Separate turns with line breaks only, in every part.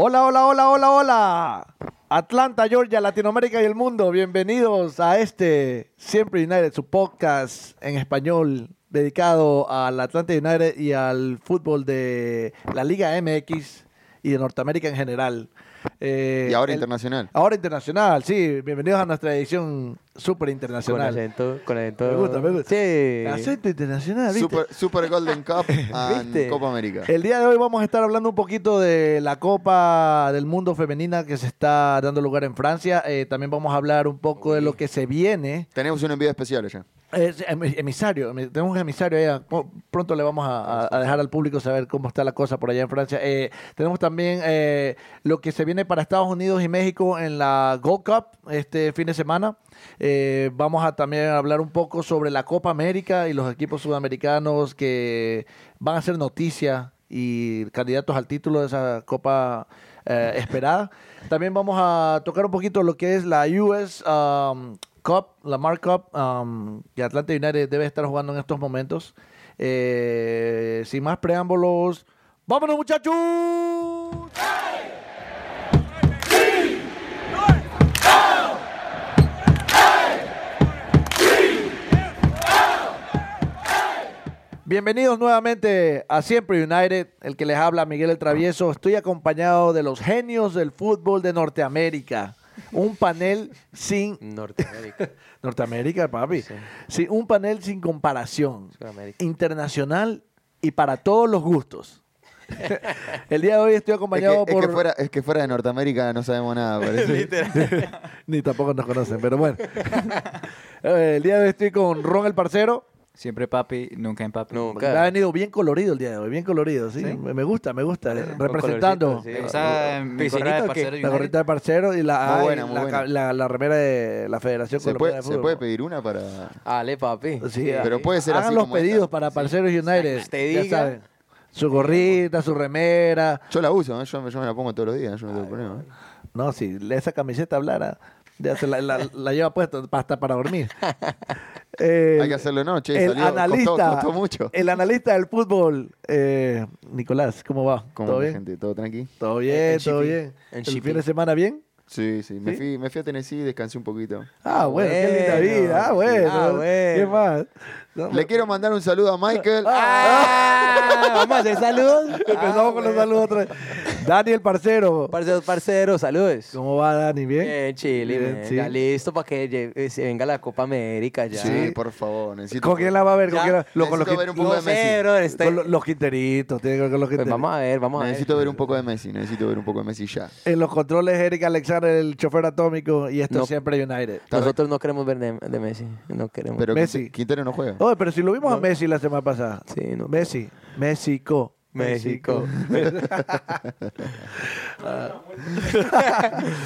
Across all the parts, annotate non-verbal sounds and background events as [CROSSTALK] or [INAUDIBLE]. Hola, hola, hola, hola, hola. Atlanta, Georgia, Latinoamérica y el mundo. Bienvenidos a este Siempre United, su podcast en español dedicado al Atlanta United y al fútbol de la Liga MX y de Norteamérica en general. Eh,
Y ahora
el-
internacional.
Ahora internacional, sí. Bienvenidos a nuestra edición súper
Con
internacional.
acento, con acento.
Me gusta, me gusta.
Sí.
Acento internacional, Ah, ¿viste?
Super, Super Golden
[LAUGHS]
Cup and
¿Viste? Eh,
Copa América.
El día de hoy vamos a estar hablando un poquito de la Copa del Mundo Femenina que se está dando lugar en Francia. Eh, también vamos a hablar un poco de lo que se viene.
Tenemos un envío especial allá.
Es em- emisario, em- tenemos un emisario allá. Po- Pronto le vamos a, a- a dejar al público saber cómo está la cosa por allá en Francia. Eh, tenemos también eh, lo que se viene para Estados Unidos y México en la Gold Cup este fin de semana. Eh, vamos a también hablar un poco sobre la Copa América y los equipos sudamericanos que van a ser noticia y candidatos al título de esa Copa eh, esperada. También vamos a tocar un poquito lo que es la US um, Cup, la Mark Cup, um, que Atlanta United debe estar jugando en estos momentos. Eh, sin más preámbulos, ¡vámonos muchachos! Bienvenidos nuevamente a Siempre United, el que les habla Miguel el Travieso. Estoy acompañado de los genios del fútbol de Norteamérica. Un panel sin...
Norteamérica.
Norteamérica, papi.
Sí.
Sí, un panel sin comparación.
Sudamérica.
Internacional y para todos los
[LAUGHS]
gustos. el día de hoy estoy
Es
acompañado
que, es
por...
que fuera, es que fuera de Norteamérica no
[LAUGHS]
sabemos nada, parece.
Ni tampoco nos conocen, pero
[LAUGHS]
bueno. Eh, el día de hoy estoy con Ron el Parcero.
Siempre papi, nunca en papi.
Nunca.
Me ha venido bien colorido el día de hoy, bien colorido, sí. Me me gusta, me gusta. eh, [LAUGHS] Representando
colorcito, sí.
Me gusta eh, mi
¿Piscinito
correa de
o qué?
parcero
la
United.
gorrita de Parcero y la,
Muy
ah, y
buena, muy
la,
buena.
la- la remera de la Federación
¿Se
Colombiana
puede,
de
se
Fútbol.
puede pedir una para...?
Ale, papi.
Sí, ah,
Sí.
Pero puede ser
Hagan
así
los
como
pedidos
esta.
para Parceros United.
Te
ya
diga.
saben. Su gorrita, su remera.
Yo la uso, ¿eh? yo, me- yo me la pongo todos los días, yo no tengo problema. ¿eh?
No, si esa camiseta hablara, ya se la, la- la lleva puesta pa- hasta para
[LAUGHS]
dormir. Eh,
Hay que hacerlo, ¿no? Che,
el
salió,
analista, Eh,
costó, costó mucho.
El analista del fútbol, eh, Nicolás, ¿cómo va?
¿Cómo
¿Todo
anda,
bien?
gente? ¿Todo tranqui?
Todo
En-
bien,
en
todo
Shippee.
bien.
En
¿El
Shippee.
fin de semana bien?
Sí, sí. Me
¿Sí?
fui, me fui a Tennessee y descansé un poquito.
Ah, bueno, qué linda
Bueno.
vida. Ah, bueno.
Ah, bueno.
¿Qué más? No,
Le quiero mandar un saludo a Michael.
Ah, Vamos a hacer saludos.
[LAUGHS] Empezamos
Ah,
con
bueno.
los saludos otra vez. Daniel Parcero.
Parceros, parceros, saludos.
¿Cómo va, Dani? ¿Bien?
Bien, Chile,
Bien,
man.
sí.
Ya listo para que lle- eh, se venga la Copa América ya.
Sí, por favor. Necesito,
¿Con quién la va a ver? ¿Con
Ya.
quién la- lo- con los,
necesito
quin-
ver un poco
No
de
sé,
Messi.
brother, está-
con lo- los quinteritos. Tiene que ver con los
Pues
quinteritos.
vamos a ver, vamos a ver.
Necesito ver un poco de Messi, necesito ver un poco de Messi ya.
En los controles, Eric Alexander, el chofer atómico, y esto
No.
siempre United.
Nosotros no queremos ver de, de Messi, no queremos. [LAUGHS]
Pero
Messi. Oh.
Quint- Quintero no juega.
Oye, pero si lo vimos a Messi la semana pasada.
Sí, no.
Messi, México.
México.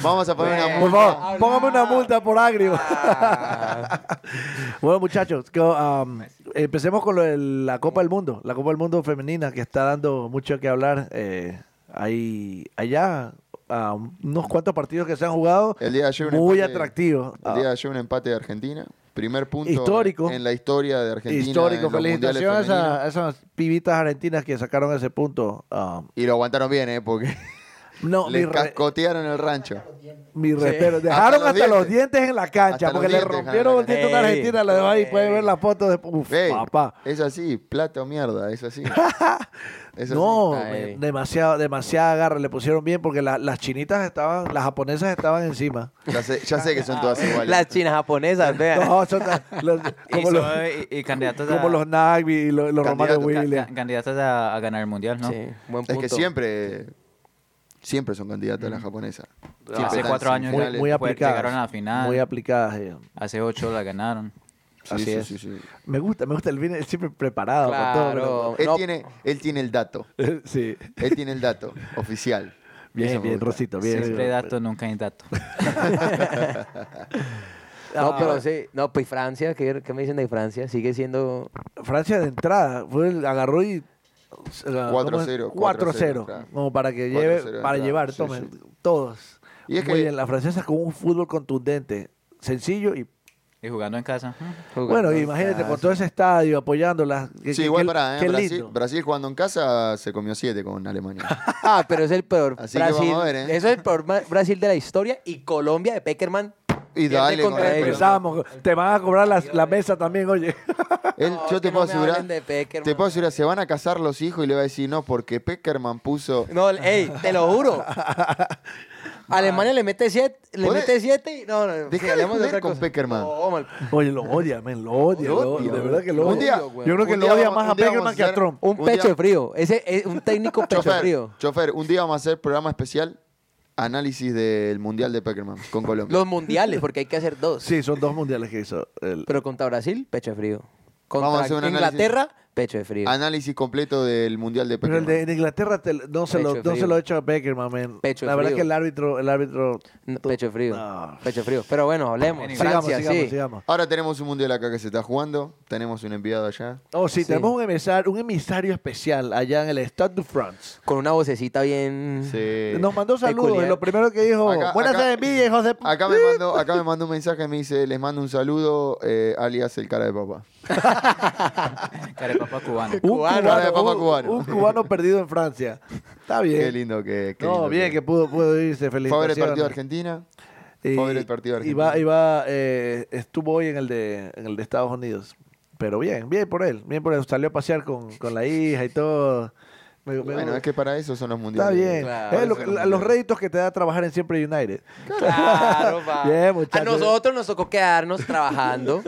Vamos a poner una
Por
multa.
favor, póngame una multa por agrio.
Ah.
[LAUGHS] bueno, muchachos, que, um, empecemos con lo de la Copa del Mundo. La Copa del Mundo femenina que está dando mucho que hablar. eh, ahí, allá, a unos cuantos partidos que se han jugado.
El día de ayer un
Muy
empate-
atractivo. Ah,
El día de ayer un empate de Argentina. Primer punto
Histórico.
en la historia de Argentina.
Histórico,
en los mundiales
felicitaciones
femeninos.
a, a esas pibitas argentinas que sacaron ese punto. um,
Y lo aguantaron bien, ¿eh? Porque
no, mi,
[LAUGHS] le
re-
cascotearon el rancho.
mi respeto. Dejaron hasta,
Hasta los
los dientes en la cancha
Hasta
porque
los
le
dientes,
rompieron los
Jaime.
dientes a una
Ey,
argentina. La dejó ahí,
ey.
pueden ver la foto de. Uf,
Ey,
papá.
Es así, plata o mierda,
[LAUGHS]
es así. Es así.
No,
Ay.
me- demasiado, demasiada garra le pusieron bien porque la- las chinitas estaban, las japonesas estaban encima.
Ya sé, ya sé que son todas iguales.
Las chinas japonesas, vean.
No, son ta- los-
Y,
como los,
soy- eh, y- y candidatos
como
a,
los Nagby y los, los romanos
Candidato,
ca-
Williams.
ca- candidatos a, a ganar el mundial, ¿no?
Sí, buen
es
punto.
que siempre, siempre son candidatos a
Mm.
la japonesa. Siempre
Hace
están
cuatro
en
años
Muy,
semifinales.
muy
fue-
aplicadas.
llegaron a la final.
Muy aplicadas. eh. ellos.
Hace ocho la ganaron.
Sí,
así
sí,
es.
sí, sí.
Me gusta, me gusta el vino siempre preparado. para todo,
Claro.
Él,
No.
tiene, él tiene el dato.
pero- [LAUGHS] sí.
Él tiene el dato oficial. Eso
Bien,
me
bien,
gusta.
Rosito, bien.
Siempre
bien.
dato, nunca hay dato.
Ah.
No, pero sí. No, pues Francia, ¿qué, qué me dicen de Francia? Sigue siendo.
Francia de entrada fue el- agarró y o sea, ¿cómo es?
4-0,
4-0,
4-0,
como para que
4-0
lleve
entrada,
para llevar
sí,
tomen
sí.
todos
Y es
muy
que-
bien las francesas con un fútbol contundente sencillo y
Y jugando en casa. [LAUGHS] ujú.
Bueno,
Jugando.
imagínate, con
casa.
todo ese estadio apoyándolas. qué-
Sí,
qué-
igual
qué-
para
qué
Brasil,
lindo.
Brasil jugando en casa se comió siete con
[LAUGHS]
Alemania.
Ah, pero es el peor
Así que
Brasil.
vamos a ver, ¿eh?
Eso es el peor ma- Brasil de la historia y Colombia de Peckerman.
y
Pierde
dale con
contra
el-
ellos.
Empezamos, te van a cobrar las- la, mesa también, oye. [LAUGHS]
Él-
No,
yo
es
te puedo
que no me
asegurar.
hablen de Peckerman.
Te puedo asegurar,
eh.
se van a casar los hijos y le va a decir no, porque Peckerman
[LAUGHS]
puso.
No, ey, te lo
[LAUGHS]
juro. Alemania le mete 7, le
Joder.
mete 7 y no, no,
Deja
que
de
hablemos
joder con Peckerman.
No, mal-
Oye, lo odia, men, lo odia,
Lo
lo
odia,
odia, de
güey.
verdad que lo
Un
odia.
día,
Yo creo que
un
lo
día
odia
vamos-
más a
un día vamos
Peckerman que a
hacer-
Trump.
un
Un
pecho
día-
de frío, ese es
[LAUGHS]
un técnico pecho de
Chofer,
frío.
chofer, un día vamos a hacer programa especial análisis del mundial de Peckerman
[LAUGHS]
con Colombia.
Los mundiales, porque hay que hacer dos.
Sí, son dos mundiales que hizo. el-
Pero contra Brasil, pecho de frío. Contra
Vamos a hacer un análisis. Ah,
Inglaterra, pecho de frío.
Análisis completo del mundial de
Pero el
Peckerman.
de en Inglaterra te- no, se lo,
Pecho
no
frío.
se lo he hecho a Beckerman, man.
Pecho
la verdad
frío.
que el árbitro, el árbitro.
No, pecho de frío.
No.
Pecho de frío. Pero bueno, hablemos.
Sigamos,
Sigamos,
Francia,
sigamos,
sí.
sigamos.
Ahora tenemos un mundial acá que se está jugando. Tenemos un enviado allá.
Oh, sí,
Sí.
tenemos un emisario, un emisario especial allá en el Stade de France.
Con una vocecita bien.
[LAUGHS]
Se-
Nos mandó saludos.
peculiar.
y Lo primero que dijo,
Acá-
buenas
acá-
tardes, envidia, hijos de... p-".
Acá
[LAUGHS]
me mandó, acá me mandó un mensaje me dice, les mando un saludo, eh, alias el cara de papá.
Carepapa cubano.
Un
cubano,
de papá
un-
cubano.
Un, cubano perdido en Francia. Está bien.
Qué lindo que. qué
no,
lindo
bien que pudo, pudo irse, feliz.
Fue a ver el partido de Argentina. Fue a ver el partido de
Y
Argentina.
va, y va, eh, estuvo hoy en el, de, en el de Estados Unidos. Pero bien, bien por él. Bien por él. Salió a pasear con, con la hija y todo. Me- me-
Bueno, es que para eso son los
Está
mundiales.
bien.
Claro,
Eh, lo-
eso es
la-
lo
los
que-
réditos que te da trabajar en Siempre United.
Claro,
[LAUGHS]
va.
Bien, muchachos.
A nosotros nos tocó quedarnos trabajando.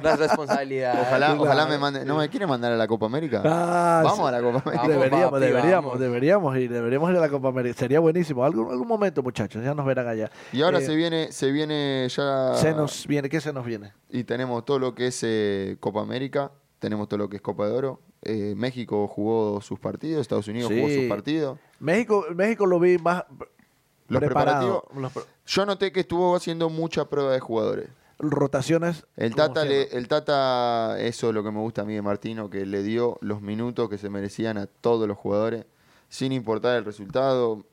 las responsabilidades.
Ojalá, ojalá me mande. ¿No me quiere mandar a la Copa América?
Ah,
Vamos
sí.
a la Copa América.
Vamos,
deberíamos,
papi,
deberíamos,
vamos.
deberíamos ir, deberíamos ir a la Copa América. Sería buenísimo. Algún, algún momento, muchachos, ya nos verán allá.
Y ahora ah,
Eh,
se viene, se viene ya.
se nos viene, ¿qué se nos viene?
Y tenemos todo lo que es eh, Copa América, tenemos todo lo que es Copa de Oro. Eh, México jugó sus partidos, Estados Unidos jugó
Sí.
sus partidos.
México, México lo vi más preparado.
Los preparativos.
Los pre-
Yo noté que estuvo haciendo mucha prueba de jugadores.
rotaciones.
El
como
Tata, le-
siempre.
el Tata, eso es lo que me gusta a mí de Martino, que le dio los minutos que se merecían a todos los jugadores, sin importar el resultado.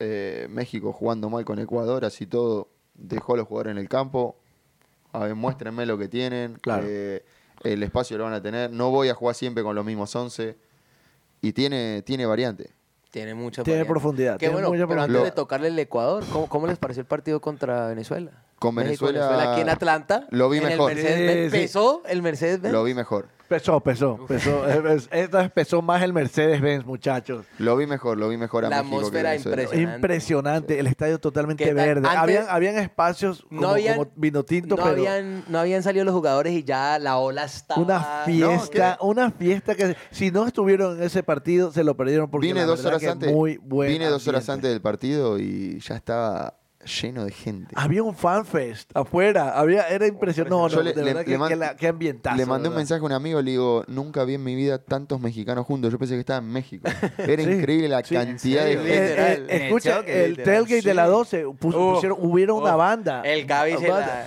Eh, México jugando mal con Ecuador, así todo, dejó a los jugadores en el campo. A ver, muéstrenme lo que tienen.
Claro.
eh, el espacio lo van a tener. No voy a jugar siempre con los mismos 11. Y tiene, tiene variante.
Tiene mucha
Tiene
variante.
profundidad,
Qué
tiene
bueno,
mucha
pero
profundidad.
antes de tocarle el Ecuador, ¿cómo, cómo les pareció el partido contra Venezuela?
Con
México,
Venezuela-
aquí en Atlanta.
Lo vi
en
mejor.
El Mercedes
Sí, sí.
Pesó el Mercedes Benz.
Lo vi mejor.
Pesó, pesó, pesó. Es- es- Esta vez pesó más el Mercedes-Benz, muchachos.
Lo vi mejor, lo vi mejor a
La
México que
atmósfera
Venezuela.
Impresionante.
Impresionante, el estadio totalmente
¿Qué tal?
verde.
Antes-
habían, habían espacios como,
No habían,
como vino tinto,
no,
pero
habían, no habían salido los jugadores y ya la ola estaba.
una fiesta, una fiesta que si no estuvieron en ese partido se lo perdieron porque
vine
la
dos
verdad
horas
que
antes.
muy buen
vine dos horas
ambiente.
antes del partido y ya estaba lleno de gente.
Había un fanfest afuera, había, era impresionante. Ah, No,
Yo
no,
le-
de
le-
verdad
le
que,
man-
que la- que ambientazo.
Le mandé un
¿verdad?
mensaje a un amigo, le digo, nunca vi en mi vida tantos mexicanos juntos. Yo pensé que estaba en
[LAUGHS]
México. Era
Sí,
increíble la
sí.
cantidad de
¿En
gente.
Eh,
serio?
eh,
Literal.
En el
escucha,
choque,
el
literal.
tailgate de la
Sí.
12 pus-
Uh,
pusieron, hubieron una
uh,
banda.
el Gaby se
Banda.
la-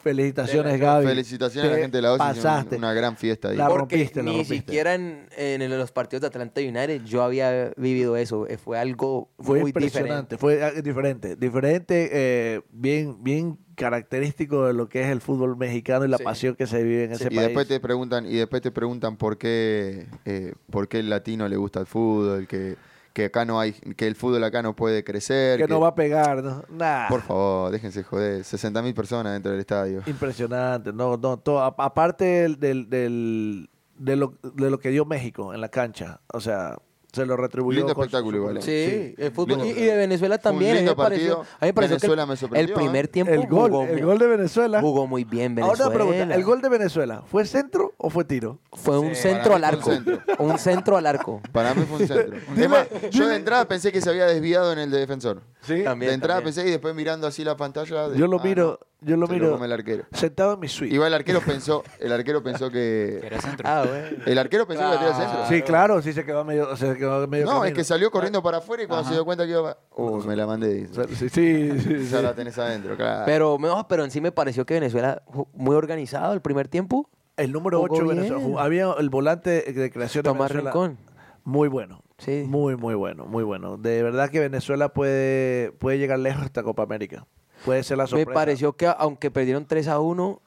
Felicitaciones, Gaby.
Felicitaciones a
Te
la gente de la OCE. hicieron
Pasaste.
Una gran fiesta ahí.
La
Porque
rompiste, la
ni
rompiste.
siquiera en, en los partidos de Atlanta United yo había vivido eso. Eh, Fue algo
Fue
muy diferente.
impresionante, fue ah, diferente, diferente, eh, bien, bien característico de lo que es el fútbol mexicano y la
Sí.
pasión que se vive en ese
Y
país.
después te preguntan, y después te preguntan por qué, eh, por qué el latino le gusta el fútbol, que, que acá no hay, que el fútbol acá no puede crecer.
que, no va a pegar, ¿no? Nah.
Por favor, déjense joder. 60.000 personas dentro del estadio.
Impresionante, no, no, todo, a- aparte del, del- del- de, lo, de lo que dio México en la cancha, o sea, se lo retribuyó.
Lindo
con su-
espectáculo igual, ¿eh?
Sí, el fútbol.
Lindo.
Y, y de Venezuela
Fue un
también. A mí
lindo
me pareció,
partido.
a mí me pareció que
Venezuela me
el- el
sorprendió,
primer
¿eh?
tiempo
El gol,
jugó,
el
mu-
gol de Venezuela.
jugó muy bien Venezuela.
Ahora una pregunta, ¿el gol de Venezuela fue centro o fue tiro?
Fue un
Sí,
centro al
para mí
arco.
fue un
[LAUGHS] Un centro al arco.
Para mí fue un
[LAUGHS]
centro. Es más, yo de entrada pensé que se había desviado en el de defensor.
Sí.
También,
de entrada
también.
pensé y después mirando así la pantalla. de-
Yo lo
ah,
miro, yo lo
se
miro
come el arquero.
sentado en mi suite.
Igual el arquero pensó, el arquero pensó
Que
que.
era centro.
Ah, bueno.
El arquero pensó que la tenía
Claro.
centro.
Sí, claro, sí se quedó a medio, se quedó a medio
no, es
camino.
que salió corriendo para afuera y cuando se dio cuenta que iba. Uy, me la mandé. dice.
Sí, sí, sí, sí.
Esa la tenés adentro, claro.
Pero, no, pero en sí me pareció que Venezuela ju- muy organizado el primer tiempo.
El número
Jugó
8
bien.
Venezuela. jugó- Había el volante de creación de
Tomás
Venezuela.
Rincón.
Muy bueno.
Sí.
Muy, muy bueno, muy bueno. De verdad que Venezuela puede, puede llegar lejos hasta Copa América. Puede ser la sorpresa.
Me pareció que aunque perdieron 3 a 1,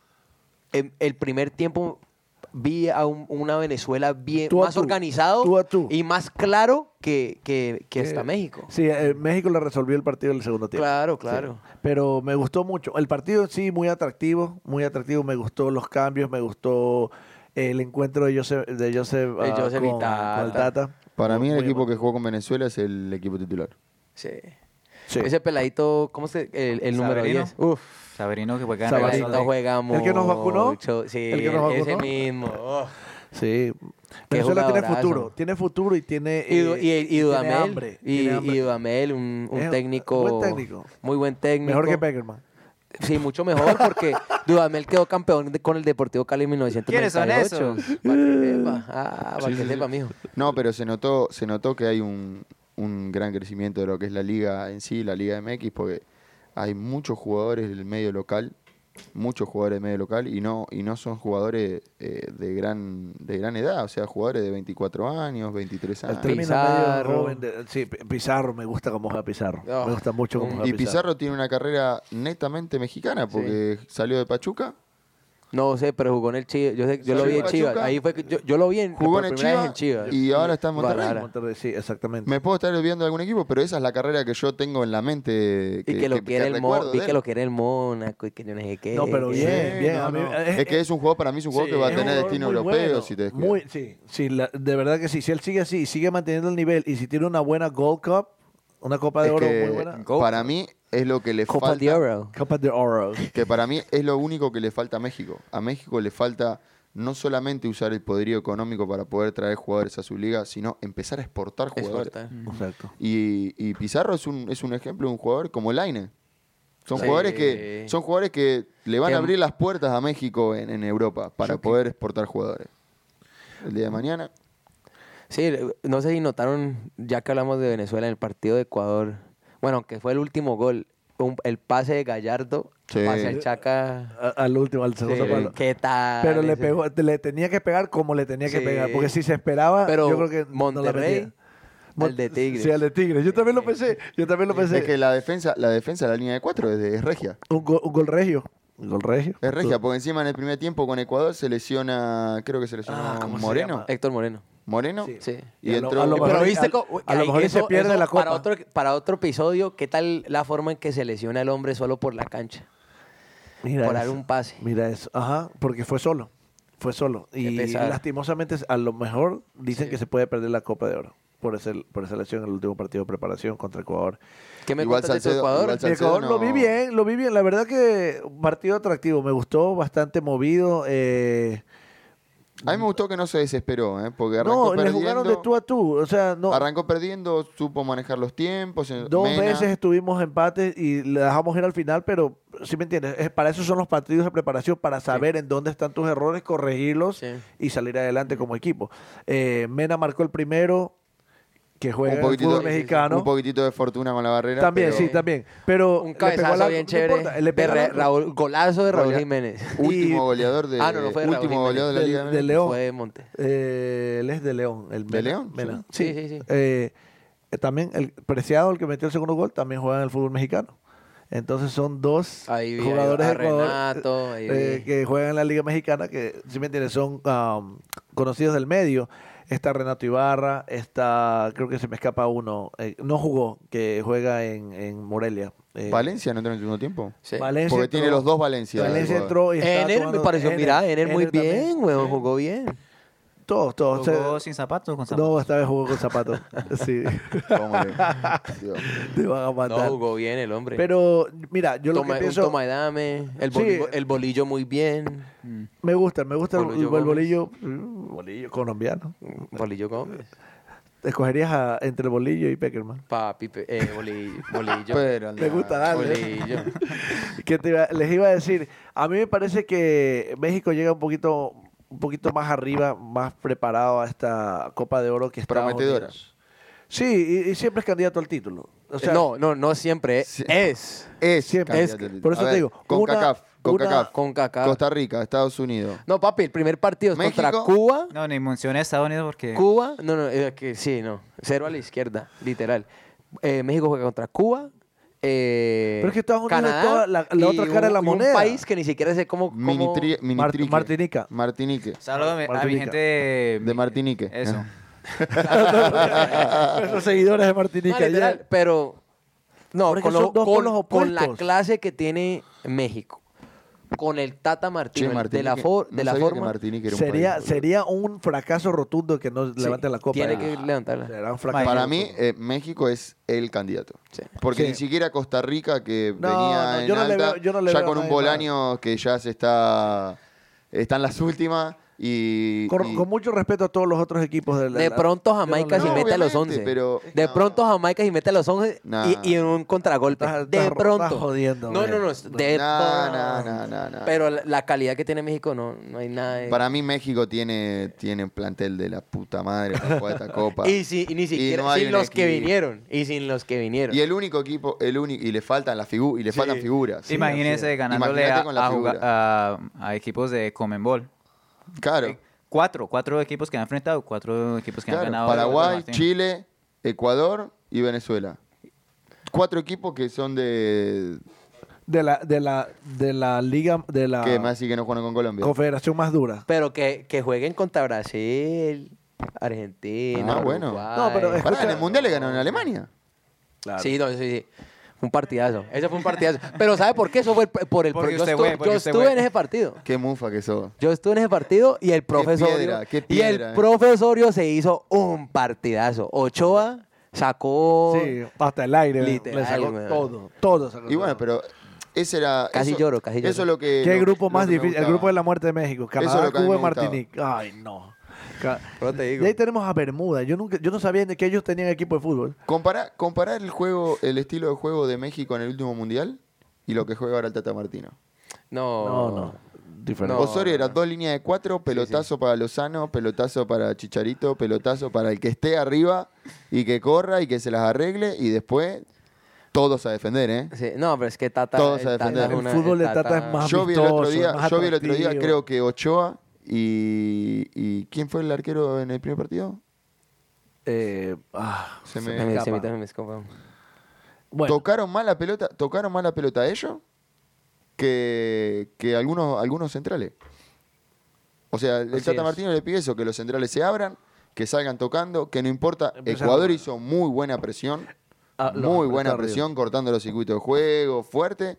em, el primer tiempo vi a un- una Venezuela bien,
Tú a
más
tú,
organizado
tú a tú.
y más claro que, que, que hasta
Eh,
México.
Sí, eh, México le resolvió el partido en el segundo tiempo.
Claro, claro.
Sí. Pero me gustó mucho. El partido en sí, muy atractivo, muy atractivo. Me gustó los cambios, me gustó eh, el encuentro de Joseph, de Joseph,
De
ah,
Joseph y
con,
Tata.
con el Tata.
Para mí, el
Muy
equipo
bueno.
que jugó con Venezuela es el equipo titular.
Sí.
Sí.
Ese peladito, ¿cómo se el, el número
Sabrino.
10? Uf.
Sabrino que juega en
Sabrino.
Real
Peladito
Madrid.
juega
¿El que nos vacunó?
mucho. Sí,
¿El que nos
ese
vacunó?
mismo. Oh.
Sí.
Qué
Venezuela tiene
jugadorazo.
futuro, tiene futuro y tiene,
Y, Du-
eh,
y, y
tiene
Dudamel.
hambre,
y,
tiene hambre.
y Dudamel, un, un
Es un
técnico.
buen técnico.
Muy buen técnico.
Mejor que Beckerman.
Sí, mucho mejor
[LAUGHS]
porque Dudamel quedó campeón de- con el Deportivo Cali en 1998.
¿Quiénes son
Pa' que sepa. Ah, pa'
Sí,
que
sí,
sepa,
sí.
mijo.
No, pero se notó, se notó que hay un, un gran crecimiento de lo que es la liga en sí, la Liga MX, porque hay muchos jugadores del medio local, muchos jugadores del medio local, y no, y no son jugadores eh, de gran, de gran edad, o sea, jugadores de 24 años, 23
Al
años.
término
Pizarro.
medio joven de- sí, P- Pizarro, me gusta cómo juega Pizarro.
Oh.
Me gusta mucho cómo
Y
juega
Y Pizarro tiene una carrera netamente mexicana, porque salió de Pachuca,
No sé, pero jugó en el Chivas. Yo, sé- yo lo
Salió
vi en
Pachuca.
Chivas. Ahí fue que yo, yo lo vi en,
jugó
por
en el
primera vez
Chivas, y ahora está en Monterrey.
Guadalajara.
Monterrey, Sí, exactamente.
Me puedo estar olvidando de algún equipo, pero esa es la carrera que yo tengo en la mente.
Y que, lo quiere el Mo-
recuerdo
vi
de
que
él.
lo quiere el Mónaco y que yo no sé qué.
No, pero
que-
Sí,
bien, bien.
no,
a mí-
no.
eh,
Es que es un jugador, para mí es un jugador
Sí,
que va a
es un
tener
jugador
destino
muy
europeo
bueno,
si te descuidas.
muy- sí, sí la- de verdad que sí. Si él sigue así, sigue manteniendo el nivel y si tiene una buena Gold Cup, una Copa de
Es
Oro
que
muy buena.
para mí es lo que le
Copa de
falta.
Oro.
Copa de Oro.
Que para mí es lo único que le falta a México. A México le falta no solamente usar el poderío económico para poder traer jugadores a su liga, sino empezar a exportar
Es
jugadores.
fuerte.
Exacto.
Y, y Pizarro es un, es un ejemplo de un jugador como Laine. Son
Sí.
jugadores que son jugadores que le van
Que-
a abrir las puertas a México en, en Europa para poder exportar jugadores. El día de mañana.
Sí, no sé si notaron, ya que hablamos de Venezuela en el partido de Ecuador, bueno, aunque fue el último gol, un- el pase de Gallardo
Sí.
hacia el Chaca.
A- Al último, al segundo
sí,
palo.
¿Qué tal?
Pero le
Ese-
pegó, te- le tenía que pegar como le tenía que
Sí.
pegar. Porque si se esperaba,
Pero
yo creo que
Monterrey,
no la
al de
Tigre
Tigres.
Sí, al de Tigres. Yo también lo pensé. Yo también lo pensé.
Es que la defensa, la defensa de la línea de cuatro es, de- es regia.
un, gol, un gol regio. Un gol regio.
Es regia, porque encima en el primer tiempo con Ecuador se lesiona, creo que se
Ah,
lesiona
¿cómo se
Moreno.
llama?
Héctor Moreno.
Moreno.
Sí.
Sí.
Y
A lo-
entró.
a lo
Eh,
mejor-
pero-
Pero viste
al-
cómo-
a lo
ahí-
mejor ahí se pierde la copa.
Para otro, para otro episodio, ¿qué tal la forma en que se lesiona el hombre solo por la cancha?
Mira
por
eso.
dar un pase.
Mira eso. Ajá, porque fue solo. Fue solo. Y
pesar.
lastimosamente, a lo mejor dicen que se puede perder la Copa de Oro por, ese, por esa lesión en el último partido de preparación contra Ecuador.
¿Qué me
Igual
cuentas de tu
Salcedo-
Ecuador?
igual
De Ecuador
Salcedo
lo
no-
vi bien, lo vi bien. La verdad que un partido atractivo. Me gustó, bastante movido. eh,
a mí me gustó que no se desesperó, ¿eh? porque arrancó
no, le
perdiendo.
jugaron de tú a tú. O sea, no,
Arrancó perdiendo, supo manejar los tiempos. eh,
Dos
Mena.
veces estuvimos empates y le dejamos ir al final, pero sí me entiendes, Es- para eso son los partidos de preparación, para saber en dónde están tus errores, corregirlos
Sí.
y salir adelante como equipo. Eh, Mena marcó el primero, que juega
Un
en el
poquitito-
fútbol mexicano.
Un poquitito de fortuna con la barrera.
también,
pero-
sí, también. Pero
Un
le pegó a
cabezazo
la-
bien
no
chévere.
importa, le
de
pegó a la-
Ra- Raúl, golazo de Raúl
Golea-
Jiménez.
Último
Y-
goleador de.
Ah, no, no fue de Raúl
último
Jiménez.
goleador de la
Del-
Liga.
del
MX.
León.
Fue de Monte.
Eh, él es de León. El Mena,
León?
Mena.
Sí.
Sí,
Sí, sí, sí.
Eh, eh, también el Preciado, el que metió el segundo gol, también juega en el fútbol mexicano. Entonces son dos
Ahí vi, ahí
jugadores
va
de Ecuador
Renato, ahí
eh,
vi.
que juegan en la Liga Mexicana, que si me entiendes, son um, conocidos del medio. Está Renato Ibarra, está, creo que se me escapa uno, eh, no jugó, que juega en, en Morelia. eh,
Valencia no entró en el segundo tiempo.
Sí.
Valencia
Porque tiene
entró-
los dos Valencia.
Valencia
Ecuador.
entró y estaba
Ener me
tomando-
pareció, mira, Ener muy
también.
bien, weón, jugó bien.
Todos, todos. o sea,
Jugó sin zapatos o con zapatos.
no, esta vez jugó con zapatos. sí.
¿Cómo le-
[LAUGHS]
Dios.
Te van a matar.
No, jugó bien el hombre.
Pero, mira, yo lo
Toma-
que
un
pienso...
toma y dame, el,
Sí.
bolillo, el bolillo muy bien.
Me gusta, me gusta el,
Bolillo
el
Gómez.
bolillo, mm, bolillo colombiano.
Bolillo Gómez.
Escogerías a- entre bolillo y
[LAUGHS]
Peckerman.
Papi, pe- eh, bolillo.
[LAUGHS]
bolillo.
Pero,
Me gusta darle.
bolillo.
Que te iba- les iba a decir, a mí me parece que México llega un poquito, un poquito más arriba, más preparado a esta Copa de Oro que Estados
Prometedora.
Unidos. Sí, y, y siempre es candidato al título. O sea,
no, no, no siempre. eh.
Sí.
Es.
Es,
Siempre. Es-
candidato al título.
por eso
A
te
ver,
digo,
Con
una-
CACAF, con
una-
CACAF,
con CACAF.
Costa Rica, Estados Unidos.
No, papi, el primer partido es contra
México.
Cuba.
eh.
No, ni mencioné a Estados Unidos porque...
Cuba, no, no, eh, que sí, no. Cero a la izquierda, literal. Eh, México juega contra Cuba, eh,
Pero es que Estados Unidos es
Canadá
toda la- la
y
otra cara de la
un- y
moneda.
Un país que ni siquiera sé cómo. cómo-
Minitri-
Mar-
Minitrique.
Martinica.
Martinique.
Saludos a mi- a mi
Martinica. Eh.
gente de,
De Martinique.
Eso.
[LAUGHS] Nuestros seguidores de
No,
Martinica.
literal,
ya.
pero no,
Pero es
con,
que
lo-
son dos
con-
polos
con la
opuestos.
clase que tiene México, con el Tata
Che,
Martino, el- de
Martinique.
la, for-
No
de la
sabía que
forma.
Martinique era un
Sería,
país,
sería un fracaso rotundo que no
Sí,
levanten la copa.
Tiene
Ah,
que levantarla.
será un fracaso
Para
rotundo.
mí, eh, México es el candidato.
Sí.
Porque
Sí.
ni siquiera Costa Rica, que
No,
venía
no,
en
yo no le
alta,
veo- yo no le
ya
veo
con
a
un
nadie
Bolaño que ya se está... Está en las últimas y...
con,
y-
con mucho respeto a todos los otros equipos de la-
De
la-
pronto
yo no le
Jamaica
No,
se
veo.
mete a los
obviamente,
11.
pero-
de
no.
pronto Jamaica se mete a los 11
Nah.
y, y en un contragolpe.
Estás- estás-
de
estás
pronto.
jodiendo,
no,
güey.
no, no. es De
No,
pronto.
no, no, no, no.
Pero la, la calidad que tiene México no, no hay nada.
eh,
de-
Para mí México tiene, tiene plantel de la puta madre para jugar
[LAUGHS]
esta copa.
y, si- y ni siquiera
no hay
sin
un
los que
equipo.
vinieron. Y sin los que vinieron.
Y el único equipo, el único, y le faltan las figuras, y le faltan figuras.
Imagínense ganándole
Imagínate
a,
con la
a juga-
figura.
a- a equipos de Comenbol.
Claro,
Cuatro, cuatro equipos que han enfrentado, cuatro equipos que
claro.
han ganado.
Paraguay,
Martín.
Chile, Ecuador y Venezuela. Cuatro equipos que son de...
de la de la de la liga de la
Que más y que no juegan con Colombia.
confederación más dura.
Pero que, que jueguen contra Brasil, Argentina.
Ah, bueno.
Uruguay.
No, pero es-
Pará, en
escucha-
el Mundial le ganaron a Alemania.
Sí, no, sí, sí. Fue un partidazo. Ese fue un partidazo. Pero ¿sabe por qué? Eso fue el- por el...
Porque
yo
usted
estuve,
fue, porque
yo
usted
estuve
fue.
en ese partido.
Qué mufa que sos.
Yo estuve en ese partido y el profesor
piedra, qué
y
piedra, eh.
el profesorio se hizo un partidazo. Ochoa sacó
Sí, hasta el aire
Literal,
le sacó
weón.
todo, todo sacó
Y bueno,
todo.
pero eh, ese era...
Casi
eso-
lloro, casi lloro.
Eso es lo que...
¿Qué
lo-
grupo
lo
más
que me
difícil? El
gustaba.
grupo de la muerte de México,
es
Canadá,
lo que a mí
Cuba y
me gustaba.
Martinique. Ay, no. Ca-
Pero te digo.
De ahí tenemos a Bermuda. Yo nunca yo no sabía ni que ellos tenían equipo de fútbol.
Compara- comparar el juego, el estilo de juego de México en el último mundial y lo que juega ahora el Tata Martino.
No,
No,
no, diferente.
No.
Osorio era dos líneas de cuatro, pelotazo para Lozano, pelotazo para Chicharito, pelotazo para el que esté arriba y que corra y que se las arregle y después todos a defender, ¿eh?
Sí, no, pero es que Tata...
Todos a
Tata
defender.
es
El
una-
fútbol de Tata es más-
Yo vi el otro
Amistoso,
día,
más
yo vi el otro día
atractivo.
creo que Ochoa y, y ¿quién fue el arquero en el primer partido?
Eh, ah,
Se
Se
me-
me- se me-
escapa.
se me escapa.
bueno,
Tocaron más la pelota, tocaron más la pelota ellos que, que algunos, algunos centrales. O sea, el
Así
Tata
es.
Martino le pide eso, que los centrales se abran, que salgan tocando, que no importa.
Empezar
Ecuador
a-
hizo muy buena presión,
Ah, los
muy buena
apretar,
presión, cortando los circuitos de juego, fuerte,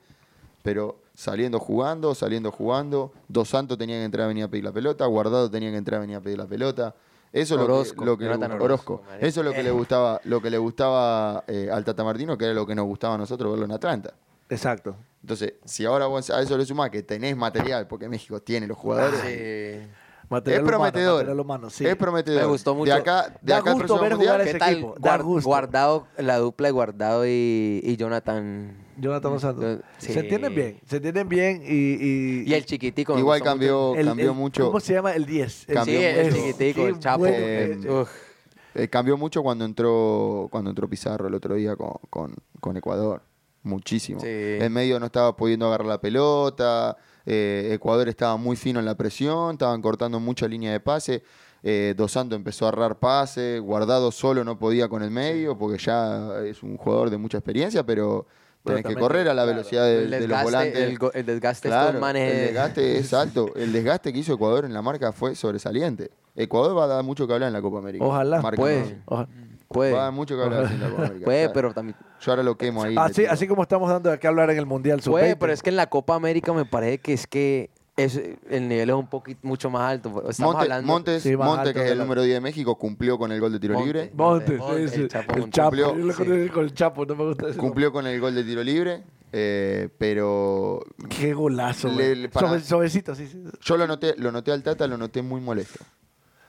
pero saliendo jugando, saliendo jugando. Dos Santos tenía que entrar a venir a pedir la pelota, Guardado tenía que entrar a venir a pedir la pelota. Eso es lo que-
Orozco,
lo que, le
Jonathan
gust- Orozco.
Orozco, marica.
Eso es lo
[LAUGHS]
que le gustaba, lo que le gustaba eh, al Tata Martino, que era lo que nos gustaba a nosotros verlo en Atlanta.
Exacto.
Entonces, si ahora vos a eso le sumás que tenés material, porque México tiene los jugadores.
Ah, Sí.
Material
es prometedor.
Humano, material humano, sí.
Es prometedor.
Me gustó mucho.
De acá, de
Da
acá al
gusto
próximo
ver
mundial,
jugar a
¿Qué
Ese
tal?
equipo, da
Guar-
gusto.
Guardado, la dupla de Guardado y, y Jonathan...
Jonathan Dos Santos.
Sí.
Se entienden bien, se entienden bien y...
Y el chiquitico. me
Igual
gustó mucho.
cambió,
el-
cambió
el-
mucho.
¿Cómo se llama? El 10. El
Cambió
Sí, el
mucho.
chiquitico, el
Qué
chapo. Eh,
bueno Eh,
que es.
Uf.
Eh, cambió mucho cuando entró cuando entró Pizarro el otro día con, con- con Ecuador. Muchísimo.
Sí.
En medio no estaba pudiendo agarrar la pelota. eh, Ecuador estaba muy fino en la presión. Estaban cortando mucha línea de pase. eh, Dos Santos empezó a errar pases. Guardado solo no podía con el medio porque ya es un jugador de mucha experiencia, pero
Pero
tenés que
también
correr
tiene-
a la velocidad de,
El
de los
desgaste-
volantes.
el go- el desgaste de
Claro,
estos manes
El
Este es- [LAUGHS]
desgaste es alto. El desgaste que hizo Ecuador en la marca fue sobresaliente. Ecuador va a dar mucho que hablar en la Copa América.
Ojalá.
Marca
Puede.
Messi.
Ojalá.
Puede.
Va a dar mucho que hablar en la Copa
[LAUGHS]
América.
Puede,
O sea,
pues, pero también.
Yo ahora lo quemo ahí.
Así,
le tiro.
así como estamos dando de qué hablar en el Mundial sub
Puede, pero es que en la Copa América me parece que es que es, el nivel es un poquito mucho más alto. Estamos
Monte-
hablando.
Montes,
Sí, más
Montes,
alto
que es
que
el
la-
número 10 de México, cumplió con el gol de tiro
Montes.
libre.
Montes,
Montes,
ese,
el Chapo
el
Montes.
Chapo. Yo
Cumplió,
lo
sí.
conozco con el Chapo, no me gusta ese
Cumplió con el gol de tiro libre. eh, pero
nombre. Qué golazo.
Le-
güey.
le- para-
Sobe- Sobecito, sí, sí.
yo lo noté, lo noté al Tata, lo noté muy molesto.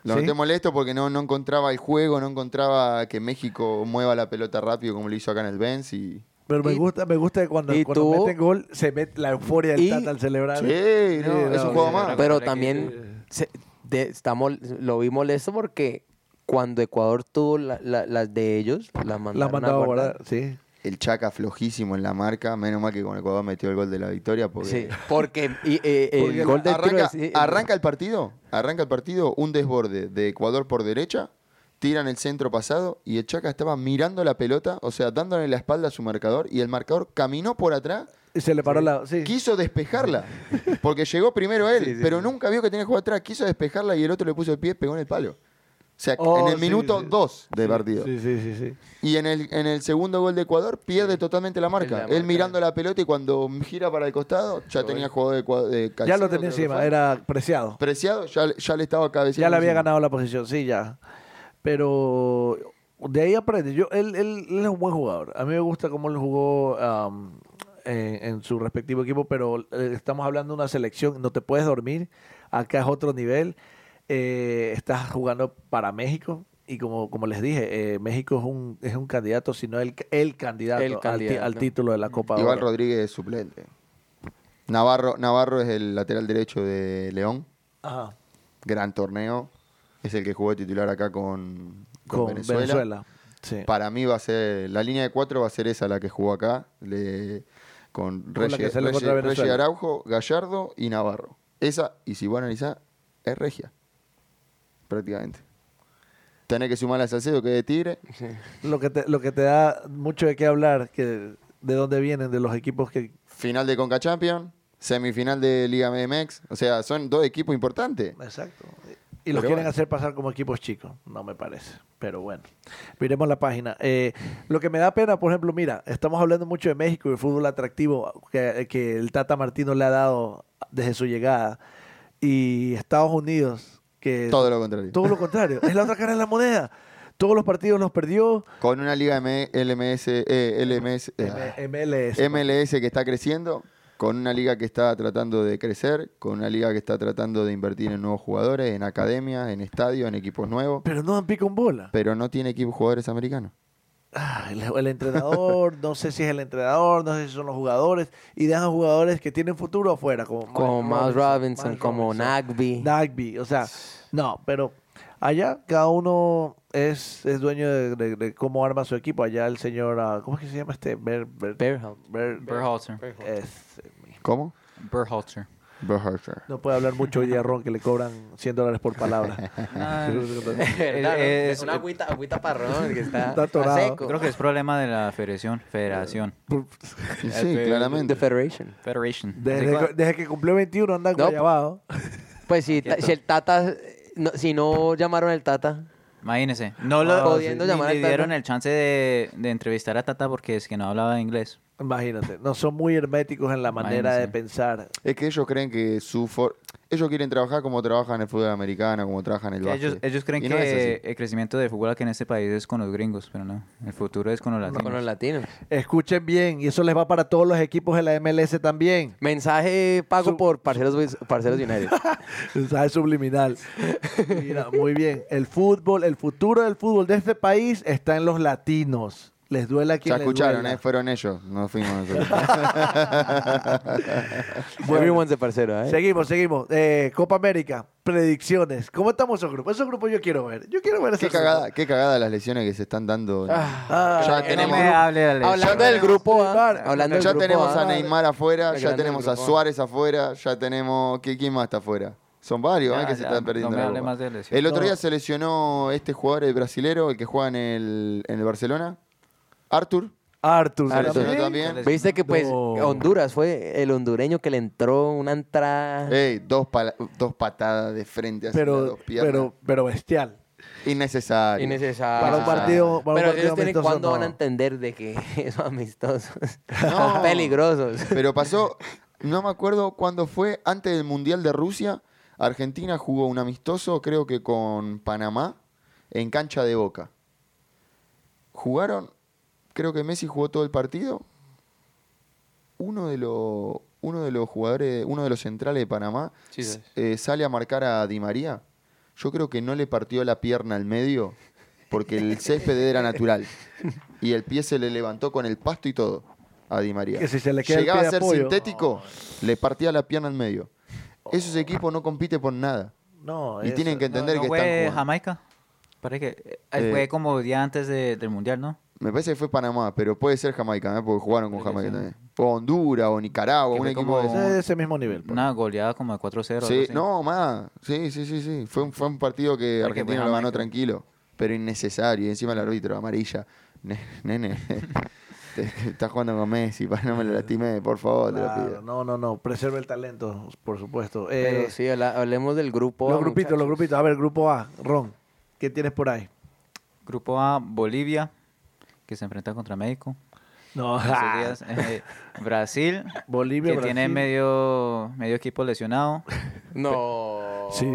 Lo
¿Sí?
noté molesto porque no, no encontraba el juego, no encontraba que México mueva la pelota rápido como lo hizo acá en el Benz y
Pero me
Y-
gusta, me gusta que cuando,
y
cuando
tú-
meten gol, se mete la euforia del
y-
Tata al celebrar.
Sí, no, es un
no,
juego
sí,
más.
Pero
Ahora que-
también se- de- está mol- lo vi molesto porque cuando Ecuador tuvo la- la- las de ellos, las mandaron.
La
a
han mandado a
guardar.
guardar, sí.
El Chaca flojísimo en la marca. Menos mal que con Ecuador metió el gol de la victoria. Porque,
Sí, porque y, eh, [LAUGHS]
porque
el gol de
arranca,
tiro eh, de-
arranca el partido. Arranca el partido. Un desborde de Ecuador por derecha. tiran el centro pasado y el Chaca estaba mirando la pelota, o sea, dándole la espalda a su marcador y el marcador caminó por atrás,
Y se le paró la. Sí.
quiso despejarla, porque llegó primero él,
Sí, sí,
pero
sí.
nunca vio que tenía que jugar atrás, quiso despejarla y el otro le puso el pie, pegó en el palo. O sea,
Oh,
en el
sí,
minuto
sí.
2 del partido.
Sí, sí, sí, sí.
Y en el, en el segundo gol de Ecuador pierde totalmente la marca.
La
Él
marca,
mirando la pelota y cuando gira para el costado ya tenía jugador de, Ecua- de
Ya
Caicedo,
lo
creo que
tenía encima,
fue.
era preciado.
Preciado, ya, le- ya le estaba cabeceando.
Ya le había
encima.
ganado la posición, sí, ya. Pero de ahí aprende. Yo, él, él, él es un buen jugador. A mí me gusta cómo él jugó am, en, en su respectivo equipo, pero eh, estamos hablando de una selección. No te puedes dormir. Acá es otro nivel. Eh, estás jugando para México. Y como, como les dije, eh, México es un, es un candidato, sino el, el candidato,
El
al ti-
candidato.
Al, título de la Copa
Iván
Oro.
Rodríguez es suplente. Navarro, Navarro es el lateral derecho de León.
Ajá,
Gran torneo. Es el que jugó titular acá con, con
con Venezuela.
Venezuela.
Sí.
Para mí va a ser. La línea de cuatro va a ser esa la que jugó acá. le- con
Con la que
Reyes,
salió
Reyes-
contra
Reyes
Venezuela.
Araujo, Gallardo y Navarro. Esa, y si vos analizás, es regia. Prácticamente. Tenés que sumar a Salcedo, que es de Tigre.
Lo que, te, lo que te da mucho de qué hablar, que de dónde vienen, de los equipos que...
Final de Conca Champion. Semifinal de Liga MMX. O sea, son dos equipos importantes.
Exacto. Y los
Pero
quieren
bueno.
hacer pasar como equipos chicos, no me parece. Pero bueno, miremos la página. Eh, lo que me da pena, por ejemplo, mira, estamos hablando mucho de México y el fútbol atractivo que, que el Tata Martino le ha dado desde su llegada. Y Estados Unidos, que...
Todo lo contrario.
todo lo contrario, es la otra cara de la moneda. Todos los partidos los perdió.
Con una Liga M- LMS, eh, LMS, eh,
M- MLS.
MLS que está creciendo, con una liga que está tratando de crecer, con una liga que está tratando de invertir en nuevos jugadores, en academias, en estadios, en equipos nuevos,
Pero no dan pico en bola.
pero no tiene equipos jugadores americanos.
Ah, el, el entrenador, no sé si es el entrenador, no sé si son los jugadores, y dejan jugadores que tienen futuro afuera, como, Miles
Como Miles Robinson,
Miles
como
Robinson,
Nagby.
Nagby, o sea, no, pero allá cada uno es, es dueño de, de- de cómo arma su equipo. Allá el señor, ah, ¿cómo es que se llama este? Ber, Ber-
Berhalter.
Ber-
Berhalter.
Ese mismo.
¿Cómo?
Berhalter.
Berhalter.
no puede hablar mucho hoy día Ron, que le cobran 100 dólares por palabra.
Ah,
[LAUGHS] Es,
es-
una agüita, agüita
[LAUGHS]
parrón que está,
eh, Está atorado.
Yo creo que es problema de la federación. Federación.
Y Sí,
Este,
claramente.
The Federation.
Federation.
[LAUGHS] Desde, que- desde que cumplió 21 anda
No,
guayabado.
Pues si, ta- si el Tata, no- si no llamaron al Tata,
Imagínense. No lo
Pudiendo
ni
llamar al
Ah, le
Tata.
dieron el chance de, de entrevistar a Tata porque es que no hablaba inglés.
Imagínate, no son muy herméticos en la manera de
Imagínense.
pensar.
Es que ellos creen que su... for- ellos quieren trabajar como trabajan en el fútbol americano, como trabajan en el
Que
básquet.
Ellos, ellos creen
Y
que
no es así.
el crecimiento del fútbol aquí en este país es con los gringos, pero no. El futuro es con los latinos.
con los latinos.
Escuchen bien, y eso les va para todos los equipos de la MLS también.
Mensaje pago
Su-
por Parceros, pues, parceros
[LAUGHS]
United.
Mensaje subliminal. Mira, muy bien. El fútbol, el futuro del fútbol de este país está en los latinos. Les duele a quien
Ya
les
escucharon,
duela.
¿eh? fueron ellos, no
[LAUGHS]
fuimos nosotros.
Everyone's de parcero, ¿eh?
Seguimos, seguimos. Eh, Copa América, predicciones. ¿Cómo estamos esos grupos? Esos grupos yo quiero ver. Yo quiero ver
qué,
esos
cagada,
grupos.
qué cagada las lesiones que se están dando.
Ah,
ya
Que no
tenemos,
me hable de la lesión.
Hablando del grupo A,
Neymar.
hablando del
ya
grupo
tenemos a
A,
Neymar afuera,
Está
ya
quedando
tenemos
el
a
grupo A.
Suárez afuera, ya tenemos. ¿qué- ¿Quién más está afuera? Son varios
Ya,
eh, que se
ya,
están
no
perdiendo.
me
la
hable
Copa.
más de lesiones.
el otro
No.
día se lesionó este jugador, el brasilero, el que juega en el, en el Barcelona, Arthur.
Arthur,
Ah,
Se lesionó
también.
también.
Viste que pues
No.
Honduras fue el hondureño que le entró una entrada.
Ey, dos, pala- dos patadas de frente hacia las
Pero,
dos piernas.
pero, pero bestial.
Innecesario.
Innecesario.
Para un partido- para un
Pero
partido
ellos tienen
amistoso,
cuándo
no.
van a entender de que [LAUGHS] son amistosos.
No.
Son peligrosos.
Pero pasó, no me acuerdo cuándo fue, antes del Mundial de Rusia, Argentina jugó un amistoso, creo que con Panamá, en cancha de Boca. Jugaron, creo que Messi jugó todo el partido. Uno de los, uno de los jugadores, uno de los centrales de Panamá
Jesus.
eh, sale a marcar a Di María. Yo creo que no le partió la pierna al medio porque el césped era natural y el pie se le levantó con el pasto y todo a Di María.
Que si se le queda el
Llegaba
pie de
a ser
apoyo.
sintético, le partía la pierna al medio. Esos equipos no compiten por nada.
No,
Y
eso-
tienen que
No,
entender
no
que
fue
están jugando.
Jamaica. Parece que eh,
Eh.
fue como día antes de- del mundial, ¿no?
Me parece que fue Panamá, pero puede ser Jamaica, ¿eh? porque jugaron con Jamaica también. O Honduras, o Nicaragua,
Que
un
fue
equipo
como-
de esos.
Ese, ese mismo nivel. pues.
Una goleada como de 4-0. algo
Sí,
así.
no, más. Sí, sí, sí, sí. Fue un, fue un partido que
Porque fue
Argentina lo ganó
Jamaica.
tranquilo. pero innecesario. Y encima el árbitro, amarilla. Ne-
[LAUGHS]
Nene, te- te estás jugando con Messi, para no me lo latime, por favor, te lo
Claro,
pido.
no, no, no. Preserva el talento, por supuesto. Eh,
Pero sí, habla- hablemos del grupo.
los
A,
grupitos, los
muchachos.
grupitos. A ver, grupo A, Ron, ¿qué tienes por ahí?
Grupo A, Bolivia, que se enfrenta contra México.
No,
en estos días. Eh, Brasil,
Bolivia,
que tiene
Brasil.
medio, medio equipo lesionado.
No.
[LAUGHS] Sí.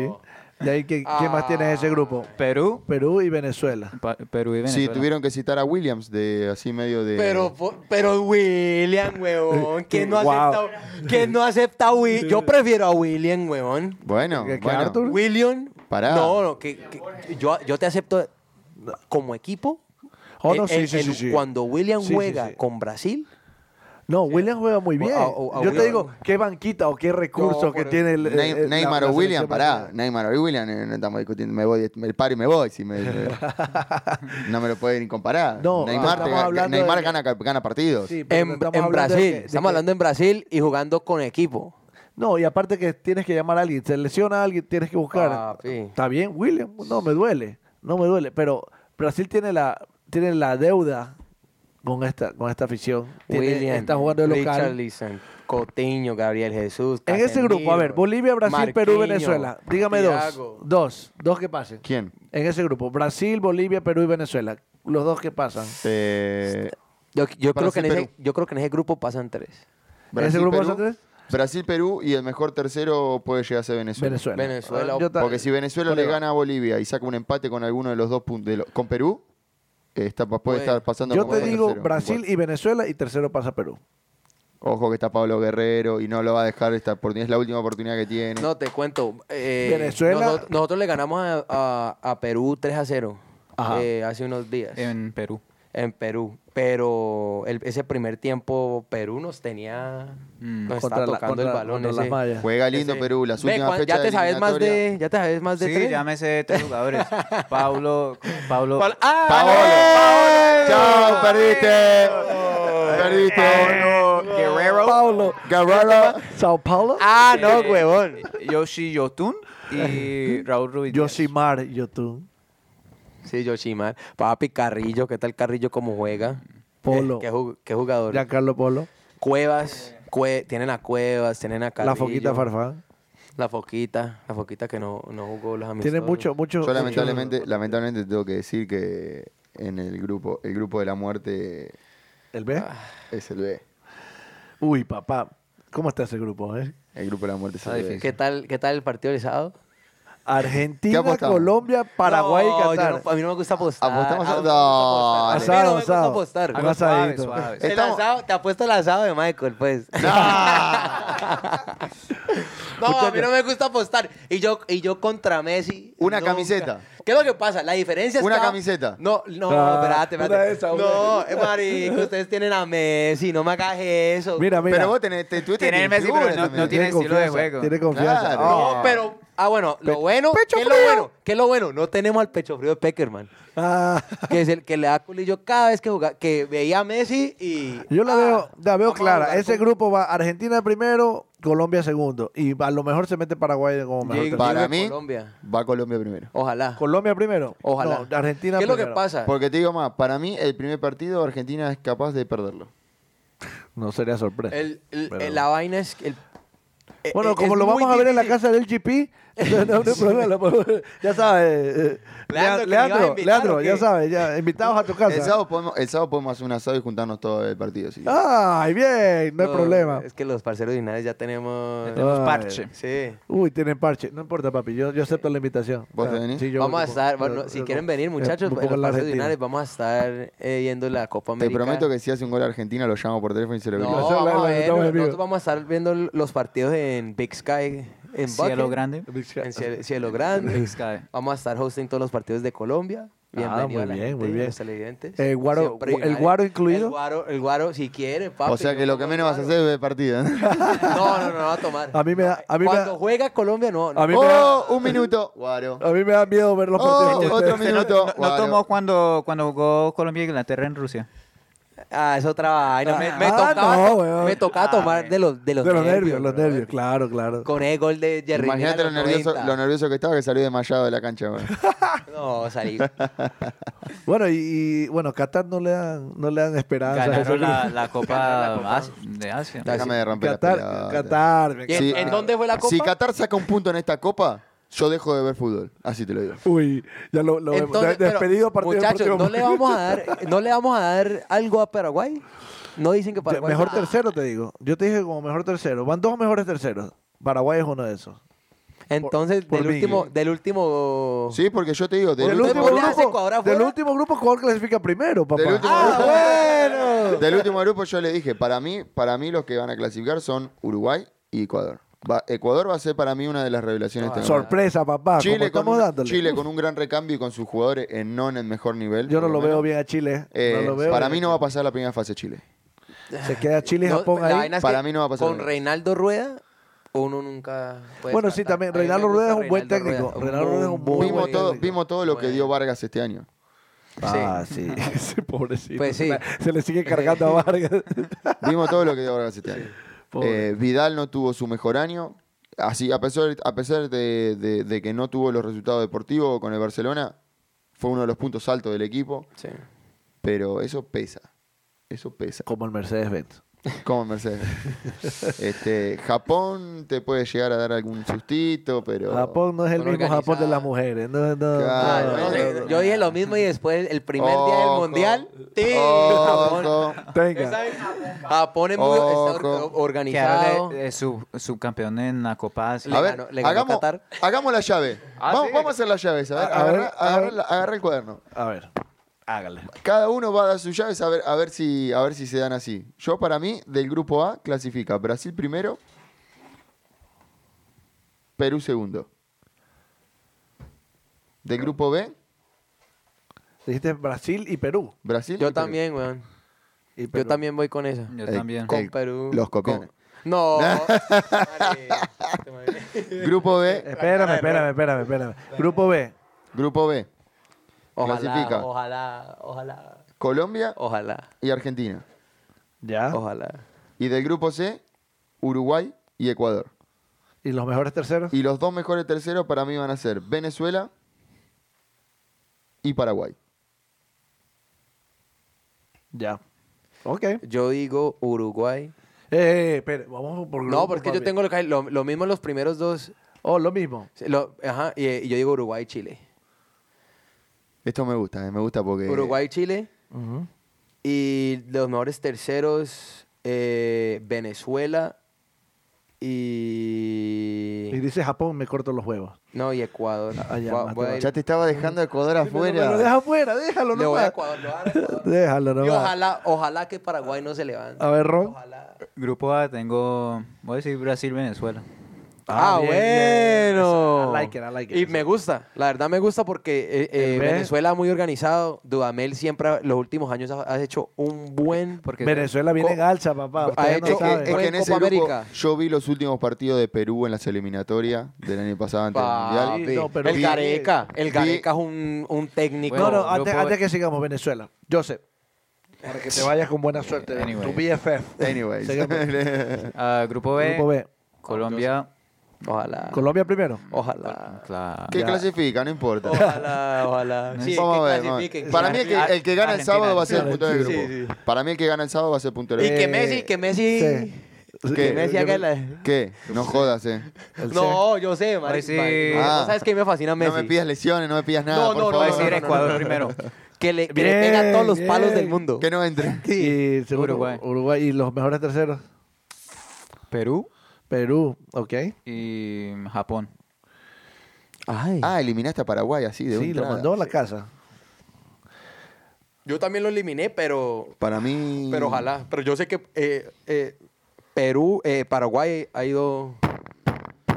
¿Y ahí qué, qué más tienes en
Ah.
ese grupo?
Perú,
Perú y Venezuela.
pa- Perú y
Sí,
Venezuela.
tuvieron que citar a Williams de así medio de.
Pero, po- pero William, huevón,
Eh,
que no acepta,
Wow.
que no acepta a Wi- Yo prefiero a William, huevón.
Bueno,
¿Que- que
bueno.
Arthur?
William.
Pará.
No, no, que, que- yo, yo te acepto como equipo.
Oh, no,
El-
sí,
el-
sí,
el-
sí, sí.
Cuando William
Sí, sí,
juega
sí.
con Brasil,
No, William juega muy bien.
a- a- a
Yo te
William-
digo, qué banquita o qué recurso
No,
que
por-
tiene el, el-
Ney-
el- Eh, la-
Neymar
la
o William,
selección
pará.
brasileña.
Neymar o William, eh, no estamos discutiendo. Me voy, me paro y me voy. Si me,
[LAUGHS]
me- no me lo pueden ni comparar.
No, ah,
Neymar,
estamos
te-
hablando
Neymar
de-
gana, gana partidos.
Sí, pero
en,
estamos
en
hablando de que-
Brasil.
de
Estamos
que-
hablando en Brasil y jugando con equipo.
No, y aparte que tienes que llamar a alguien. Se lesiona a alguien, tienes que buscar.
Papi.
Está bien, William. No, me duele. No me duele. Pero Brasil tiene la, tiene la deuda con esta, con esta afición. Tiene-
William,
está jugando de local.
Richarlison, Cotiño, Gabriel Jesús.
En ese grupo, a ver,
Casemiro,
Bolivia, Brasil, Perú,
Marquinhos,
Venezuela. Dígame
Thiago.
dos. Dos. Dos que pasen.
¿Quién?
En ese grupo, Brasil, Bolivia, Perú y Venezuela. Los dos que pasan.
Eh,
Yo, yo creo que en
Brasil,
ese,
Perú.
yo creo que en ese grupo pasan tres.
¿Ese grupo
Brasil,
son
Perú,
tres?
Brasil, Perú y el mejor tercero puede llegar a ser Venezuela.
Venezuela.
Venezuela.
Yo ta-
Porque si Venezuela
Por ahí
le
va.
gana a Bolivia y saca un empate con alguno de los dos puntos de lo- con Perú, eh, está, puede
Bueno.
estar pasando
Yo
como
te
el
digo
tercero.
Brasil y Venezuela y tercero pasa Perú.
Ojo que está Pablo Guerrero y no lo va a dejar esta oportunidad, es la última oportunidad que tiene.
No, te cuento. eh,
Venezuela-
Nosotros, nosotros le ganamos a, a- a Perú 3 a 0
Ajá.
eh, hace unos días en,
En Perú.
Perú. Pero el- ese primer tiempo Perú nos tenía...
Mm.
Nos
Contra la-
está tocando
contra-
el balón.
contra las
ese-
mallas.
Juega lindo
ese-
Perú, las
Ve,
últimas
¿cuán-
fechas
ya te sabes más de
eliminatoria.
Ya te sabes más de
Sí,
tres.
ya me sé tres jugadores. Pablo, Pablo,
Pal- ¡Ah!
Paolo.
¡Eh!
¡Chao! ¡Perdiste! ¡Perdiste!
Guerrero,
Paulo.
Guerrero.
Sao Paulo.
¡Ah, no,
Eh,
huevón!
Yoshi Yotun y Raúl Ruiz. Díaz.
Yoshimar, Yotun.
Sí, Yoshimar. Papi, Carrillo. ¿Qué tal Carrillo como juega? Eh,
Polo.
¿Qué, qué ju- qué jugador?
Giancarlo Polo.
Cuevas, cue- tienen a Cuevas, tienen a Carrillo.
La Foquita Farfán.
La Foquita, la Foquita que no, no jugó los amistosos.
Tiene mucho, mucho.
Yo
mucho-
lamentablemente, lamentablemente tengo que decir que en el grupo, el grupo de la muerte
¿El B?
Ah.
es el B.
Uy, papá. ¿Cómo está ese grupo, eh?
El grupo de la muerte es el
Está
B.
difícil.
¿Qué tal, ¿Qué tal el partido del sábado?
Argentina,
apostamos?
Colombia, Paraguay
No,
y
yo
Qatar.
no- a mí no me gusta apostar.
¿Apostamos?
a mí
No.
no me gusta apostar. A
Asado,
mí no me gusta
asado.
apostar.
Un
Algo suave,
asadito.
suave.
El
Estamos-
asado- te apuesto el asado de Michael, [LAUGHS] pues. No, a mí no me gusta apostar. Y yo, y yo contra Messi.
Una
nunca.
camiseta.
¿Qué es lo que pasa? La diferencia es
Una camiseta.
No, no,
Ah,
espérate,
una
espérate.
de esas, una
no,
de esas.
eh, marico, ustedes tienen a Messi, no me hagas eso.
Mira, mira.
Pero vos tenés, te, tuviste
Tiene el Messi,
figura
pero no-
también.
no tiene estilo de
confianza,
juego.
Tiene confianza.
Claro.
Ah,
No, pero. Ah, bueno, lo bueno. ¿Qué es lo bueno? ¿Qué es lo bueno? No tenemos al pecho frío de Peckerman.
ah.
Que es el que le da culillo cada vez que jugaba, que veía a Messi y.
Yo la
ah,
veo, la veo
vamos a
clara.
jugar
Ese
con-
grupo va Argentina primero, Colombia segundo. Y a lo mejor se mete Paraguay como mejor. tercero.
Llega-
Para
Llega
mí,
Colombia.
va Colombia primero.
Ojalá.
Colombia primero.
Ojalá.
No, Argentina
¿Qué es lo que
primero.
pasa?
Porque te digo más, para mí el primer partido Argentina es capaz de perderlo.
No sería sorpresa.
El- el-
Pero-
la vaina es. que El, eh,
bueno,
eh,
como
es
lo
muy
vamos a ver en la
difícil.
casa del GP, [LAUGHS] no, no, no hay problema, lo podemos ver. ya sabes. eh, Lea-
Leandro, que me ibas a
Leandro,
invitar,
Leandro,
¿o
ya
qué?
sabes, ya, invitados a tu
El
casa.
sábado, podemos, el sábado podemos hacer un asado y juntarnos todo el partido. sí.
Ay, bien, no hay problema.
Es que los parceros de Inares ya tenemos.
Tenemos
Ay.
parche.
Sí.
Uy, tienen parche. No importa, papi, yo, yo acepto la invitación.
¿Vos
Ah,
te venís?
sí, yo
vamos a
voy,
estar,
yo-
bueno,
yo-
si
yo-
quieren
eh,
venir, muchachos,
un
en
poco
los
la
parceros de
Argentina.
Linares vamos a estar eh, viendo la Copa
Te
América.
prometo que si hace un gol a Argentina lo llamo por teléfono y se lo
No,
Eso
grito.
es [LAUGHS] la-
vamos
la
a
que
ver,
estamos en vivo.
nosotros vamos a estar viendo l- los partidos en Big Sky, en
Cielo
Bucket,
grande.
[LAUGHS]
[LAUGHS]
en Cielo, Cielo Grande.
Big Sky.
Vamos a estar hosting todos los partidos de Colombia. Bienvenido
Ah, muy
a la
bien,
gente,
muy bien.
a los televidentes.
El guaro-
Siempre
gu- el
Linares.
guaro incluido.
El guaro, el guaro, si quiere, papi.
O sea que
yo
lo que
como
menos vas a
guaro.
hacer es ver partido. ¿eh?
No, no, no, no va a tomar.
A mí me da- a mí me
Cuando
da-
juega Colombia, no. no.
A mí me da-
¡Oh! Un minuto. Guaro.
A mí me da miedo ver los
Oh,
este
partidos. de
otro
ustedes.
Usted no-
minuto,
No, no
Guaro.
tomó cuando, cuando jugó Colombia e Inglaterra en Rusia.
Ah, es otra vaina. Me, me
Ah,
tocaba,
no, weón.
me tocaba
Ah,
tomar
me-
de los, de los
de los
nervios.
nervios, los
bro.
nervios, claro, claro.
Con el gol de Jerry
Imagínate lo
Mina a los
nervioso,
90.
lo nervioso que estaba que salió desmayado de la cancha. [LAUGHS] güey.
[LAUGHS]
No, salí.
Bueno, y, y, bueno, Qatar no le dan, no le dan esperanza.
Ganaron
Ah, Eso-
la, la Copa Asi- de Asia.
Déjame de romper la
Qatar,
pelota.
Qatar. me
¿Y en-
encanta.
Sí.
en dónde fue la copa?
Si Qatar saca un punto en esta copa, yo dejo de ver fútbol. Así te lo digo.
Uy, ya lo, lo vemos.
Entonces,
De-
pero,
despedido partido
muchachos,
deportivo.
¿no le, vamos a dar, ¿no le vamos a dar algo a Paraguay? No
[LAUGHS]
dicen que
De-
Paraguay...
Mejor
Ah,
tercero te digo. Yo te dije como mejor tercero. Van dos mejores terceros. Paraguay es uno de esos.
Entonces,
por
del,
mí.
último, del último...
Sí, porque yo te digo, del,
Del
Usted
último,
pone a ese
grupo,
cuadrado
del
fuera.
último grupo, ¿cuál clasifica primero, papá?
Del último
ah,
grupo.
bueno.
del último grupo yo le dije, para mí, para mí los que van a clasificar son Uruguay y Ecuador. Va- Ecuador va a ser para mí una de las revelaciones. de este esta temporada.
Ah. Sorpresa, papá. como
Chile con,
estamos
un,
dándole.
Chile con un gran recambio y con sus jugadores en no en el mejor nivel.
Yo no
por
lo veo
menos.
bien a Chile.
Eh,
no lo veo
para
bien.
mí no va a pasar la primera fase Chile.
Se queda Chile y
[LAUGHS] No,
Japón
la
ahí.
vaina es
Para
que
mí no va a pasar
Con
nada.
Reinaldo Rueda, uno nunca puede
Bueno, sí, también,
descartar. A mí me
Reinaldo
gusta
Rueda es un buen
Reinaldo
técnico.
Rueda,
Reinaldo Rueda es un muy
Vimos
buen
todo,
técnico.
vimos todo lo que
Bueno.
dio Vargas este año.
Ah, sí. [LAUGHS] Ese pobrecito.
Pues sí.
Se le sigue cargando a
[LAUGHS]
Vargas.
Vimos todo lo que dio Vargas este año.
[LAUGHS] Pobre.
Eh, Vidal no tuvo su mejor año. Así, a pesar, a pesar de, de- de que no tuvo los resultados deportivos con el Barcelona, fue uno de los puntos altos del equipo.
Sí.
Pero eso pesa. Eso pesa. [LAUGHS]
Como el Mercedes-Benz.
Como en
[LAUGHS]
Mercedes. este, Japón te puede llegar a dar algún sustito, pero.
Japón no es el
Con
mismo Japón de
organizada.
las mujeres. No, no, no,
Ah,
Claro.
no,
no,
no,
sí,
no.
yo dije lo mismo y después el primer día del
Ojo.
mundial, ¡tin! Japón,
Ojo.
Tenga.
Japón es muy
Ojo.
está or- organizado.
Quedaron eh, eh, sub- subcampeón en la Copa Asia.
Le
A ver,
ganó- le ganó
hagamos,
Qatar. Ah,
hagamos la llave.
Ah,
vamos,
sí.
vamos a hacer las llaves. A ver,
A- a ver,
agarra-
a ver.
agarra la- agarra el cuaderno.
A ver, hágale.
Cada uno va a dar sus llaves a ver, a ver si a ver si se dan así. Yo para mí del grupo A clasifica Brasil primero, Perú segundo. Del grupo B,
Dijiste Brasil y Perú.
Brasil. y
Yo
Perú.
también, weón.
Y
Yo
eh, Perú.
también voy con esa.
Yo
Eh,
también.
con-
Con,
El-
Con Perú.
los copiones.
Con-
[LAUGHS]
No.
Grupo
[LAUGHS]
B,
Espérame, espérame, espérame, espérame. Grupo B.
grupo B,
ojalá,
Clasifica.
ojalá, ojalá,
Colombia
ojalá,
y Argentina.
Ya.
ojalá.
Y del grupo C, Uruguay y Ecuador.
¿Y los mejores terceros?
Y los dos mejores terceros para mí van a ser Venezuela y Paraguay.
Ya. Ok.
Yo digo Uruguay.
Eh, espera, vamos por grupo,
No, porque yo
papi.
tengo lo, que- lo, lo mismo los primeros dos.
Oh, lo mismo.
Sí, lo- ajá, y, y yo digo Uruguay, Chile.
Esto me gusta, eh, me gusta porque
Uruguay, Chile.
Ujú.
Y los mejores terceros, eh, Venezuela y...
Y dice Japón, me corto los huevos.
No, y Ecuador.
Ah, ya,
Voy a-
más
voy a
te
ir-
ya te estaba dejando Ecuador
Pero lo
afuera.
deja afuera, déjalo,
le
no
voy a
más.
Ecuador, le voy a dar a Ecuador.
[LAUGHS] Déjalo, no
Y
más.
ojalá, ojalá que Paraguay no se levante.
A ver, Ron.
Ojalá.
grupo A tengo, voy a decir Brasil, Venezuela.
Ah,
Ah,
bien,
bueno.
bien. I like it, I like it.
Y me gusta, la verdad me gusta porque eh, eh,
El B.
Venezuela muy organizado. Dudamel siempre, ha- los últimos años, ha- has hecho un buen.
Porque
Venezuela viene
Co-
en alza, papá.
Ha
Ustedes no
hecho-
Es que,
saben.
es que en
Copa
ese grupo
América.
yo vi los últimos partidos de Perú en las eliminatorias del año pasado antes del
Papi,
Mundial.
Sí, no, pero
el
vi-
Gareca, el
vi-
Gareca es un, un técnico.
no, no,
yo
antes,
puedo-
antes que sigamos, Venezuela. Joseph. Para que te vayas con buena suerte.
Anyway.
Tu BFF. [LAUGHS]
Anyways.
Seguimos.
Ah, grupo, B,
Grupo B.
Colombia.
Ojalá.
Colombia primero.
Ojalá.
Claro.
[LAUGHS] ¿Qué clasifica? No importa.
Ojalá, ojalá. Oh, [LAUGHS] Sí,
Vamos
que
a ver, vamos a ver.
clasifiquen,
Para mí el
clasifiquen.
que, el que gana el
Argentina.
sábado va a ser el puntero del
Sí,
grupo. Para mí el que gana el sábado va a ser puntero
Y
del
que
Eh,
grupo.
Messi, que Messi.
Sí.
¿Qué?
Que Messi haga la.
¿Qué? No jodas, eh.
El C.
No, yo sé, Mari.
sí.
Mari,
Ah.
¿Sabes qué me fascina Messi?
No me pidas lesiones, no me pidas nada,
No,
por
no, no,
Voy a
favor.
decir
no, no,
Ecuador
no.
primero.
Que le, que
Bien,
le pega todos los palos
bien.
del mundo.
Que no entre.
Y segundo, Uruguay.
Uruguay.
¿Y los mejores terceros?
Perú
Perú, ok.
y Japón.
Ay.
Ah, eliminaste a Paraguay así de
Sí, lo
entrada.
mandó a la casa.
Yo también lo eliminé, pero.
Para mí.
Pero ojalá. Pero yo sé que eh, eh, Perú, eh, Paraguay ha ido.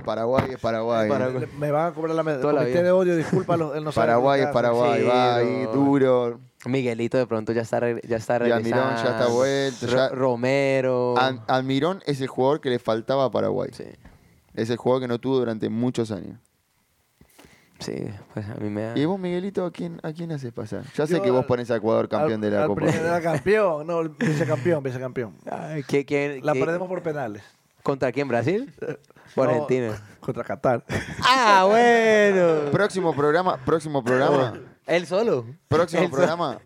Paraguay es Paraguay. eh.
Paraguay.
Le- Me van a cobrar la medalla.
Toda la
Comité
vida.
de odio, discúlpalo. Él no sabe
Paraguay es
cómo está.
Paraguay.
Sí,
va
no.
ahí, duro.
Miguelito de pronto ya está, re- ya está
Ya
regresando.
Mirón ya está vuelto, ya-
Ro- Romero.
Al- Almirón es el jugador que le faltaba a Paraguay.
Sí.
Es el jugador que no tuvo durante muchos años.
Sí, pues a mí me da...
¿Y vos, Miguelito, a quién, a quién haces pasar? Ya sé
Yo
que vos
al-
pones a Ecuador campeón
Al-
de la
al
Copa.
primer- era campeón, no, vicecampeón, vicecampeón.
Ay, ¿qué- quién-
La
qué-
perdemos por penales.
¿Contra
[LAUGHS]
quién? ¿Brasil? ¿O
No,
Argentina?
Contra Qatar. [LAUGHS]
¡Ah, bueno!
Próximo programa, próximo programa,
¿Él solo?
próximo
Él solo.
programa.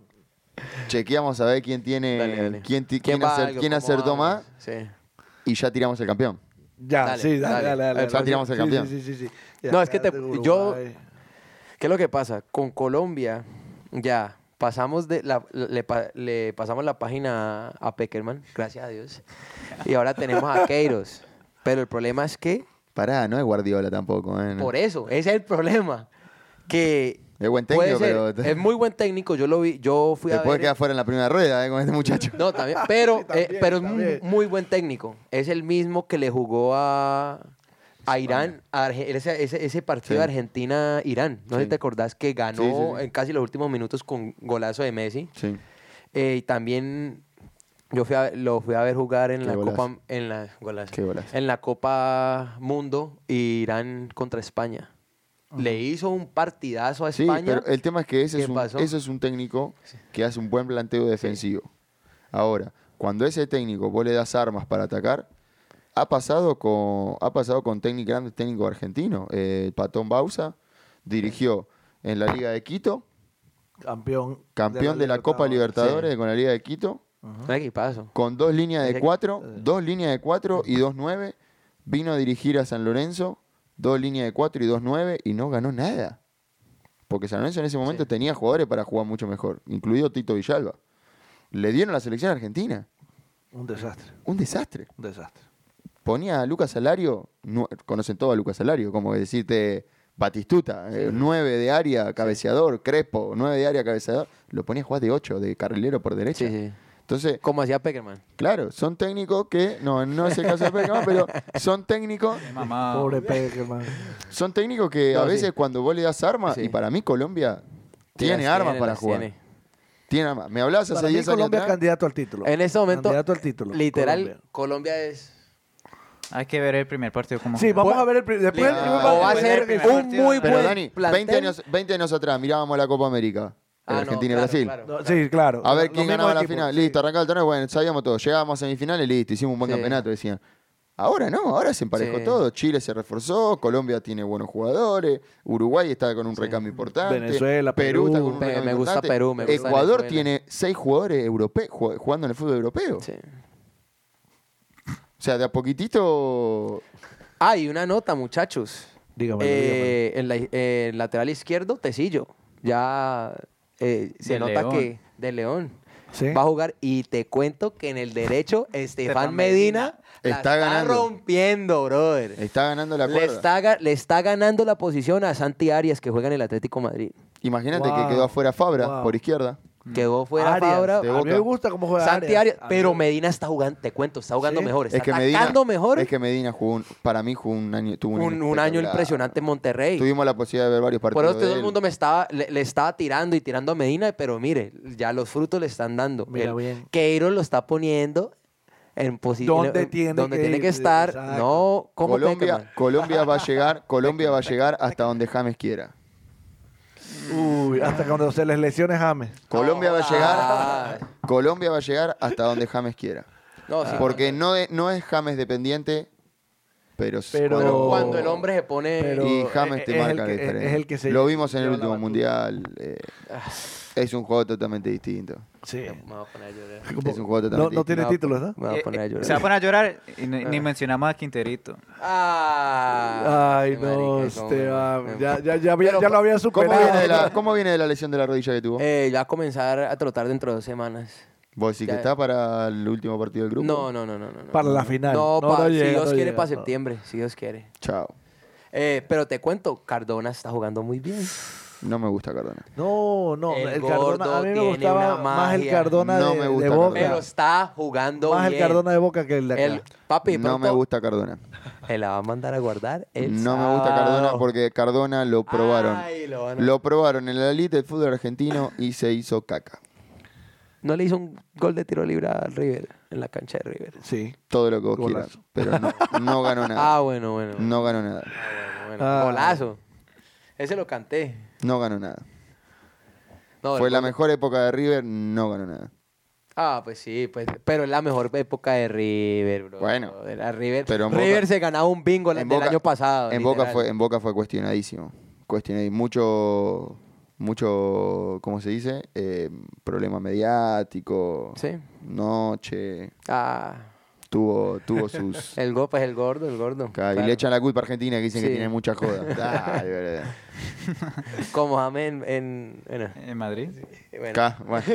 Chequeamos a ver quién tiene,
Dale, dale.
quién, ti- quién
va
acer-
algo?
quién
¿Cómo
acertó
vamos?
más
Sí.
y ya tiramos el campeón.
Ya,
Dale,
sí, dale,
dale.
dale, dale.
Ya tiramos el
Sí,
campeón.
Sí, sí, sí. sí. Ya,
No, es que te-
espérate,
yo-
Uruguay.
¿Qué es lo que pasa? Con Colombia, ya pasamos de la, le, pa- le pasamos la página a Peckerman, gracias a Dios. Y ahora tenemos a Queiros. Pero el problema es que,
Pará, no es Guardiola tampoco. ¿eh?
por eso, ese es el problema. Que
Es buen
puede
técnico,
ser-
pero-
es muy buen técnico. Yo lo vi, yo fui
Te
a
puede
ver.
quedar fuera en la primera rueda eh, con este
[LAUGHS]
muchacho.
No,
[LAUGHS]
también, pero,
Sí, también,
eh, pero es
también.
muy, muy buen técnico. Es el mismo que le jugó a, a Irán, a Arge- ese, ese- ese partido
Sí.
de Argentina-Irán. No sé
Sí.
si te acordás que ganó
Sí, sí, sí.
en casi los últimos minutos con golazo de Messi.
Sí.
Eh, y también yo fui a- lo fui a ver jugar en
Qué
la
golazo.
Copa en la, golazo.
Qué golazo.
en la Copa Mundo Irán contra España. Le hizo un partidazo a
Sí,
España.
pero el tema es que ese
¿Qué
es, un,
pasó?
ese es un técnico que hace un buen planteo defensivo. Ahora, cuando ese técnico vos le das armas para atacar, ha pasado con, ha pasado con técnic- grandes técnicos argentinos. Eh, Patón Bausa dirigió en la Liga de Quito,
Campeón.
campeón de la, Copa Libertadores con la Liga de Quito,
Un equipazo.
con dos líneas de
Mira que-
cuatro, dos líneas de cuatro y dos nueve. Vino a dirigir a San Lorenzo, dos líneas de cuatro y dos nueve, y no ganó nada. Porque San Lorenzo en ese momento tenía jugadores para jugar mucho mejor, incluido Tito Villalba. Le dieron a la selección argentina.
Un desastre,
Un desastre.
un desastre.
Ponía a Lucas Salario, nue- conocen todo a Lucas Salario, como decirte Batistuta, eh, nueve de área, cabeceador, Crespo, nueve de área, cabeceador. Lo ponía a jugar de ocho, de carrilero por derecha.
Sí, sí.
Entonces,
Como hacía Peckerman.
Claro, son técnicos que, no, no es el caso de Peckerman, pero son técnicos,
Mamá.
Pobre Peckerman.
son técnicos que a
No, sí.
veces cuando vos le das armas,
Sí.
y para mí Colombia tiene
Las
armas
tiene,
para
las
jugar. Tiene.
tiene.
armas. Me hablabas hace
Para mí
10 años
Colombia es
atrás.
candidato al título.
En este momento,
Candidato al título,
literal,
Colombia.
Colombia, es...
Hay que ver el primer partido como
Sí, vamos a ver el pri- después del
Ah,
primer
o
partido.
va a
ser
Después del
un
primer partido.
muy
Pero
buen
Dani,
plantel.
20 años, 20 años atrás mirábamos la Copa América,
Ah, no,
Argentina y
claro,
Brasil.
claro.
No, sí, claro.
A ver
Los
quién
mismos
ganaba la
equipos,
final.
sí.
Listo, arrancaba el torneo, bueno, sabíamos todo. Llegábamos a semifinales, listo, hicimos un buen
Sí.
campeonato, decían. Ahora no, ahora se emparejó
Sí.
todo. Chile se reforzó, Colombia tiene buenos jugadores, Uruguay está con un recambio importante.
Venezuela,
está
Perú.
con un
Pe-
recambio
me gusta
importante.
Perú, me gusta
Ecuador
Venezuela.
tiene seis jugadores europeos jugando en el fútbol europeo.
Sí.
O sea, de a poquitito.
Ah, y una nota, muchachos.
Dígamelo,
Eh, En la, eh, el lateral izquierdo, Tecillo. Ya eh, se
De
nota
León.
que de León
Sí.
va a jugar. Y te cuento que en el derecho, Estefan
Estefan
Medina la
Está ganando.
rompiendo, brother.
Está ganando la
Le
cuerda.
está, ga- le está ganando la posición a Santi Arias, que juega en el Atlético Madrid.
Imagínate
Wow.
que quedó afuera Fabra
Wow.
por izquierda.
Mm.
Quedó fuera
Arias,
Fabra.
A
de
mí
Boca.
me gusta cómo juega
Santi Arias,
A mí
pero
me-
Medina está jugando, te cuento, está jugando
Sí.
mejor, está
Es que Medina,
atacando mejor.
es que Medina jugó un- para mí jugó un año, tuvo un,
un,
año
un año
espectacular.
impresionante en Monterrey.
Tuvimos la posibilidad de ver varios partidos.
Por eso
de
todo el
él.
mundo me estaba, le, le estaba tirando y tirando a Medina, pero mire, ya los frutos le están dando.
Mira
El-
bien.
Queiroz lo está poniendo en posición.
¿Dónde tiene
donde
que
tiene que
ir?
estar.
Exacto.
No, como
Colombia,
Peckerman.
Colombia va a
[LAUGHS]
llegar, Colombia va a llegar hasta donde James quiera.
Uy, hasta cuando se les lesione James.
Colombia va a
Ah.
[LAUGHS] llegar, Colombia va a llegar hasta donde James quiera.
No, Ah, sí,
Porque no, de- no es James dependiente, pero, s-
Pero-
cuando,
cuando-
cuando el hombre se pone.
pero-
y James te
es el
marca la
que- es-
diferencia.
es el que se
Lo vimos en el
lleva la
último
batuta.
mundial. eh, es un juego totalmente distinto.
Sí. [LAUGHS]
Me voy a poner a llorar.
Es un
No,
juego totalmente
no tiene
No,
títulos, ¿no? Eh,
Me voy a poner a llorar.
Eh, se va a poner a llorar y ni, ni mencionamos a Quinterito.
Ah,
Ay,
qué marica,
no,
cómo-
Esteban.
eh,
Ya, ya, ya, había- ya lo había
¿Cómo
superado.
viene, de la, cómo viene de la lesión de la rodilla que tuvo?
eh, ya va a comenzar a trotar dentro de dos semanas.
¿Vos decís que
ya-
está para el último partido del grupo?
No, no, no, no, no. no.
Para la final.
No,
No,
pa-
no llega,
si Dios
no
quiere
llega,
para
no.
septiembre, si Dios quiere.
Chao.
Eh, pero te cuento, Cardona está jugando muy bien.
No me gusta Cardona.
No, no,
El
el, Cardona. A mí
gordo
me
tiene
gustaba
una
más el
magia.
Cardona
No
de,
me gusta
de
Cardona.
Boca.
Pero está jugando
más
bien.
el Cardona de Boca que el de acá.
El, papi, de
No me
pronto,
gusta Cardona.
Se la va a mandar a guardar el
No me gusta
sábado.
Cardona porque Cardona lo probaron.
Ay, lo van a-
Lo probaron en la elite del fútbol argentino y se hizo caca.
No le hizo un gol de tiro libre al River, en la cancha de River.
Sí.
Todo lo que vos
Golazo.
quieras. Pero no, no ganó
Ah,
nada.
bueno, bueno.
No ganó nada.
Ah, bueno, bueno.
Ah.
Golazo. Ese lo canté.
No ganó nada.
No,
Fue
el-
la mejor época de River, no ganó nada.
Ah, pues sí, pues, pero es la mejor época de River, bro.
Bueno.
Era River,
Pero en
River
Boca-
se ganaba un bingo la-
en
del
Boca-
año pasado.
En Boca,
literal.
fue, en Boca fue cuestionadísimo. Cuestionadísimo. Mucho, mucho, ¿cómo se dice? Eh, problema mediático.
Sí.
Noche.
Ah,
Tuvo,
[LAUGHS]
tuvo sus...
el go, pues el gordo, el gordo.
Ca- Y
Claro.
le echan la culpa a Argentina, que dicen que
Sí.
tiene mucha
[LAUGHS]
joda. Dale, verdad.
Como James en... en- bueno,
¿En Madrid?
bueno.
Ca-
[LAUGHS]
bueno.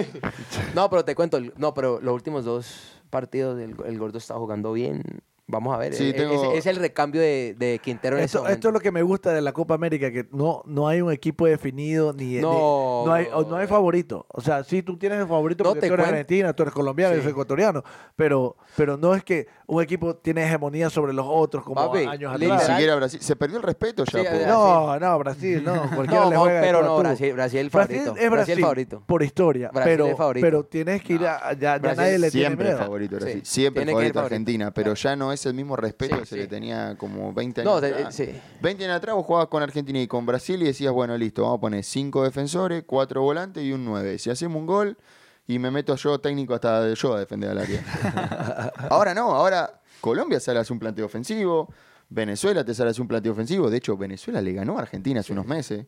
No, pero te cuento, el- no, pero los últimos dos partidos el, el gordo está jugando bien. Vamos a ver.
Sí,
eh,
tengo-
es, es el recambio de, de Quintero en este
Esto, esto es lo que me gusta de la Copa América, que no, no hay un equipo definido ni ni-
No,
no, hay, o no hay
bro.
favorito. O sea, sí tú tienes el favorito
No
porque
te
tú eres
cuen-
argentina, tú eres colombiano, yo soy ecuatoriano, pero, pero no es que un equipo tiene hegemonía sobre los otros como
Papi,
años
Ni
atrás.
literal-
siquiera Brasil. Se perdió el respeto ya.
Sí,
po.
ya-
No, no, Brasil, no, cualquiera
[LAUGHS] No,
le
no,
juega de
pero
tú a
no,
tú.
Brasil- Brasil el favorito.
es
Brasil
Brasil
favorito.
por historia,
Brasil
pero,
es favorito.
pero tienes que ir a, ya, ya
Brasil
nadie le
Siempre
tiene miedo.
favorito
Sí,
Brasil. Siempre
tiene que
favorito
ir favorito.
Argentina, pero ya no es el mismo respeto
Sí,
que se
sí.
le tenía como 20 años
No, de-
atrás.
sí.
20 años atrás vos jugabas con Argentina y con Brasil y decías, bueno, listo, vamos a poner 5 defensores, 4 volantes y un 9. Si hacemos un gol y me meto yo técnico hasta yo a defender al área. ahora no, ahora Colombia sale a hacer un planteo ofensivo, Venezuela te sale a hacer un planteo ofensivo. De hecho, Venezuela le ganó a Argentina hace unos meses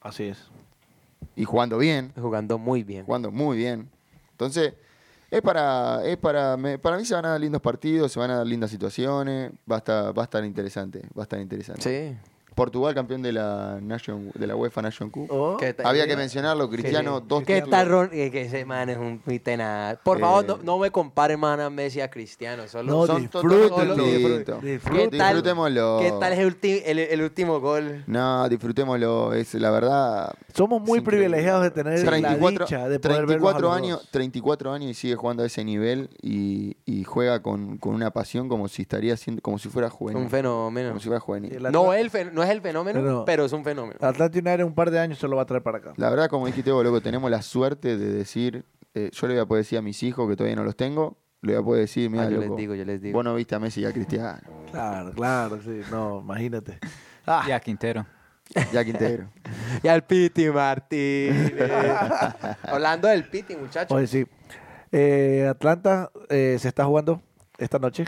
Así es.
y jugando bien
Jugando muy bien.
jugando muy bien. Entonces, es para, es para, me- para mí se van a dar lindos partidos, se van a dar lindas situaciones, va a estar, va a estar interesante, va a estar interesante.
Sí.
Portugal campeón de la Nation, de la UEFA Nation Cup.
Oh,
Oh.
¿Qué tal?
Había que mencionarlo, Cristiano, dos
¿Qué
títulos.
tal, Ron? Eh, Que ese man es un pitenal. Por
Eh.
favor, no, no me comparen, man, a Messi a Cristiano. Solo,
No,
Son
disfruten,
totalmente
disfruten,
distintos.
¿Qué
disfruten.
tal?
disfrutémoslo.
¿Qué tal es el, ulti- el- el último gol?
No, disfrutémoslo, es la verdad.
Somos muy
Es increíble.
privilegiados de tener la dicha de poder verlos a
34
los
años,
dos.
34 años y sigue jugando a ese nivel y, y juega con, con una pasión como si estaría siendo, como si fuera juvenil.
Un fenómeno.
Como si fuera juvenil.
El
No,
Atl-
el fe- no es el fenómeno,
Pero-
pero, es un fenómeno.
Ah,
Atlanta United en un par de años se lo va a traer para acá.
La verdad, como dijiste vos, loco, tenemos la suerte de decir, eh, yo le voy a poder decir a mis hijos que todavía no los tengo, le voy a poder decir, mira,
Ah, yo les
loco,
digo, yo les digo.
vos no viste a Messi y a Cristiano,
Claro, claro, sí. No, imagínate. Ah.
Y a Quintero.
y a Quintero.
Y al Piti
[LAUGHS]
Martínez. Hablando del Piti,
[LAUGHS]
muchachos.
Oye, sí. Eh, Atlanta eh, se está jugando esta noche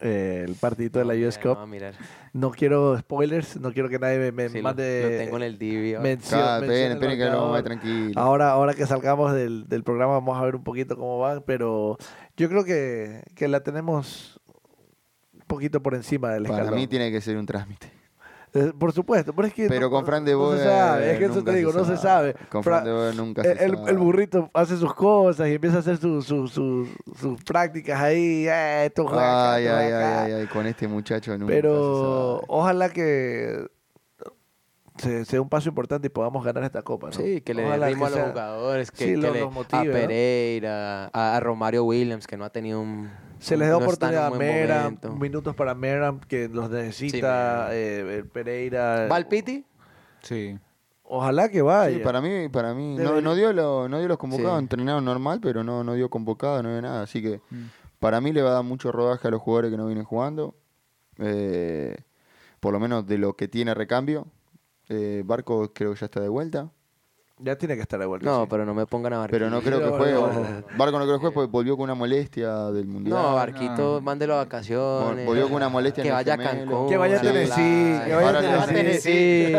eh, el partidito de la US Cup.
Vamos a mirar.
No quiero spoilers, no quiero que nadie me, me
Sí, lo,
mande...
lo tengo en el Divi. ahora.
mención-
Cada-
mención
esperen,
del
esperen que lo vamos a ver
marcador.
tranquilo.
Ahora, ahora que salgamos del, del programa vamos a ver un poquito cómo van, pero yo creo que, que la tenemos un poquito por encima del
Para
escalón.
mí tiene que ser un trámite.
Eh, Por supuesto, pero es que
Pero con Fran de
[LAUGHS] no
Boer, eh,
se sabe, es que eso
nunca
te
se
digo, no se
sabe.
sabe.
Con
Fra-
Fran de Boer nunca
eh,
se
el,
sabe.
el burrito hace sus cosas y empieza a hacer su- su- su- sus prácticas ahí, eh, tú juegas acá,
Ay,
tú
ay,
juegas acá.
ay, ay, ay, con este muchacho nunca
Pero
se sabe.
ojalá que se, sea un paso importante y podamos ganar esta copa. ¿no?
Sí, que le dé
Ojalá
ritmo a los
sea-
jugadores, que,
sí,
que
lo-
le-
los motive,
a
¿no?
Pereira, a, a Romario Williams, que no ha tenido un...
Se les da
no está en
oportunidad a
un buen
Meram,
momento.
minutos para Meram, que los necesita
Meram.
eh, eh, Pereira.
¿Va el Piti?
Sí.
Ojalá que vaya.
Sí, para mí, para mí no,
Debería-
no dio lo- no dio los convocados,
Sí.
entrenaron normal, pero no, no dio convocado, no dio nada. Así que
Mm.
para mí le va a dar mucho rodaje a los jugadores que no vienen jugando. Eh, por lo menos de lo que tiene recambio. Eh, Barco creo que ya está de vuelta.
Ya tiene que estar de vuelta.
No,
sí.
pero no me pongan a Barquito.
Pero no creo que
no,
juegue.
no.
Barco no creo que juegue porque volvió con una molestia del mundial.
No, Barquito, mándelo a
Vol-
vacaciones.
volvió con una molestia
Que
en el
vaya a
gemelo.
Cancún.
Que vaya a
Sí.
Tennessee, que vaya a
Ahora le va a
Tennessee.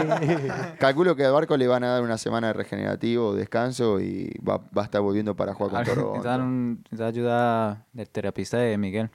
Calculo que a Barco le van a dar una semana de regenerativo, descanso y va, va a estar volviendo para jugar con
[LAUGHS]
Toronto.
Necesitaron ayuda del terapista de Miguel.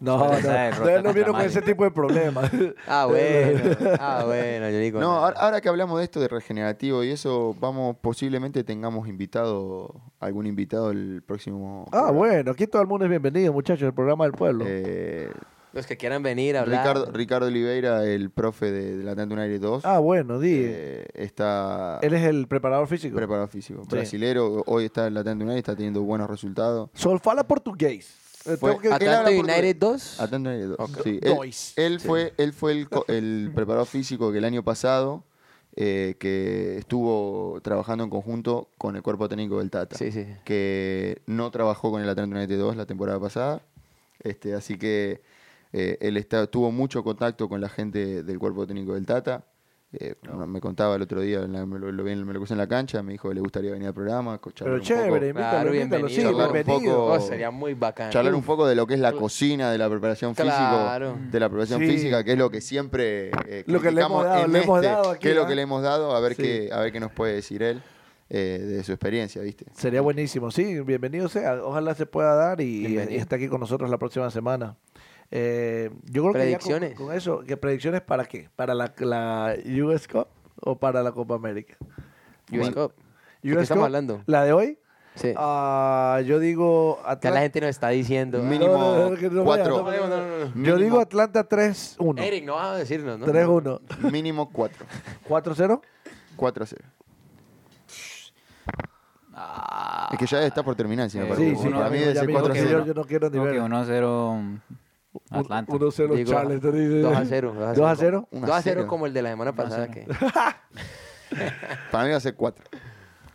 No,
Para
no,
esa derrota
todavía no
contra
vieron con
Mali.
ese tipo de problemas. [LAUGHS]
ah, bueno. Ah, bueno, yo digo...
No, ahora, ahora que hablamos de esto de regenerativo y eso, vamos, posiblemente tengamos invitado, algún invitado el próximo. eh,
Ah,
programa.
bueno, aquí todo el mundo es bienvenido, muchachos, el programa del pueblo.
Eh,
Los que quieran venir a hablar.
Ricardo, Ricardo Oliveira, el profe de, la Atlanta United 2,
ah, bueno, di.
eh, está
Él es el preparador físico.
preparado físico. Brasilero, hoy está en la Atlanta United, está teniendo buenos resultados.
Solfala portugués. Eh,
Fue-
tengo que-
¿A qué le habla
¿Atlanta
portugués?
United 2?
Atlanta United 2.
Ok.
sí. Él,
Dois.
él fue, él fue el, co- el preparador físico que el año pasado eh, que estuvo trabajando en conjunto con el cuerpo técnico del Tata.
Sí, sí.
que no trabajó con el Atlanta United 2 la temporada pasada. Este, así que eh, él está- tuvo mucho contacto con la gente del cuerpo técnico del Tata. Eh, Me contaba el otro día, en la- me lo, lo vi en- me lo crucé en la cancha, me dijo que le gustaría venir al programa. co- charlar
Pero
un poco-
chévere, invítalo,
Claro,
invítalo, sí,
bienvenido.
Charlar un poco.
bienvenido.
Oh, sería muy bacán.
charlar un poco de lo que es la cocina, de la preparación
Uh. Claro.
física, de la preparación
Sí.
física, que es lo que siempre eh,
Lo que le hemos
criticamos
dado,
en
le hemos
este,
dado aquí,
que es lo
¿ah?
que le hemos dado, a ver
Sí.
qué, a ver qué nos puede decir él eh, de su experiencia, ¿viste?
Sería buenísimo, sí, bienvenido sea. Ojalá se pueda dar y, y está aquí con nosotros la próxima semana. Eh, yo creo que
Predicciones.
ya con- con, eso, ¿qué predicciones para qué? ¿Para la, la US Cup o para la Copa América?
US Cup. ¿De qué
US
estamos
Cup,
hablando?
¿La de hoy?
Sí.
Ah, yo digo
Ya la
Atlanta.
gente nos está diciendo. ah,
Mínimo
no, no, no, que no vaya,
cuatro.
no vaya,
no, no, no.
Yo
Mínimo-
digo Atlanta 3-1.
Eric, no vas a decirnos, ¿no?
3-1.
Mínimo 4.
4-0.
4 a 0. Es que ya está por terminar, si me
Eh,
parece.
sí, sí,
para
ya mismo,
mí debe
ya
ser
mismo,
4 a
que
0.
yo- yo no quiero ni ver.
1 a 0 Atlanta.
1-0
Digo,
Charles. te dice.
2 a 0. 2 a 0.
2 a 0.
Una
2 a 0
cero.
como el de la semana
Una
pasada.
cero.
Que...
Para mí va a ser 4.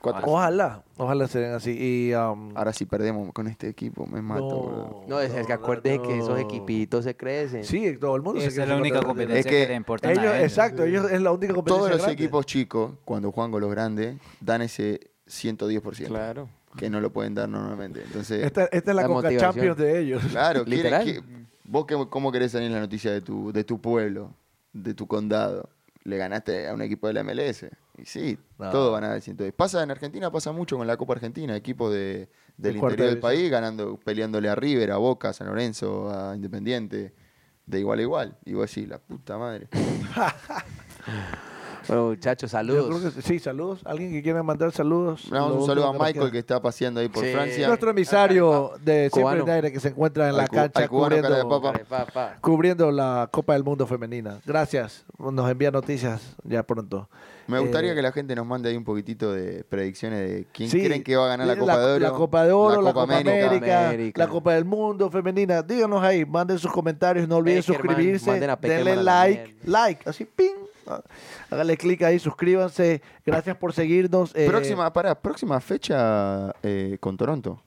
4.
Ojalá, ojalá se den así. Y, um,
Ahora si perdemos con este equipo, me mato, boludo.
Ah, No, es, es que
no,
acuérdense que
no.
esos equipitos se crecen.
Sí, todo el mundo se
Esa es
crece
la única
contra-
competencia
Es que
que, le importa. a
Ellos,
nadie.
exacto, ellos es la única competencia.
Todos los
grande.
equipos chicos, cuando juegan con los grandes, dan ese 110%.
Claro.
Que no lo pueden dar normalmente. Entonces,
Esta, esta es la,
La
Coca
motivación.
Champions de ellos.
claro, quieren
Literal.
que- vos qué- cómo querés salir en la noticia de tu, de tu pueblo, de tu condado. Le ganaste a un equipo de la MLS. Y sí,
No.
todos van a dar 110. Pasa en Argentina, pasa mucho con la Copa Argentina, equipos de, del
De cuarta
interior del
división.
país ganando, peleándole a River, a Boca, a San Lorenzo, a Independiente, de igual a igual. Y vos decís, la puta
[LAUGHS]
madre.
Bueno, muchachos,
Yo creo
saludos.
que- sí, saludos. Alguien que quiera mandar saludos.
Le damos
Lo
un saludo a
único nos
Michael que
queda.
está paseando ahí por
Sí.
Francia.
Nuestro emisario de Siempre
Cubano.
en Aire que se encuentra en la
Al cu-
cancha
al cubano cara de
cubriendo,
papa.
Vale, pa, pa.
cubriendo la Copa del Mundo Femenina. Gracias. Nos envía noticias ya pronto.
Me gustaría
Eh,
que la gente nos mande ahí un poquitito de predicciones de quién
Sí,
creen que va a ganar la Copa de Oro.
La Copa de Oro, la Copa, América,
América.
la Copa del Mundo femenina. Díganos ahí, manden sus comentarios, no olviden
Peckerman,
suscribirse,
manden a
denle
Peckerman a la
like,
mierda.
like, así ping. Ah, Háganle clic ahí, suscríbanse. Gracias por seguirnos. eh,
Próxima, para, próxima fecha eh, con Toronto.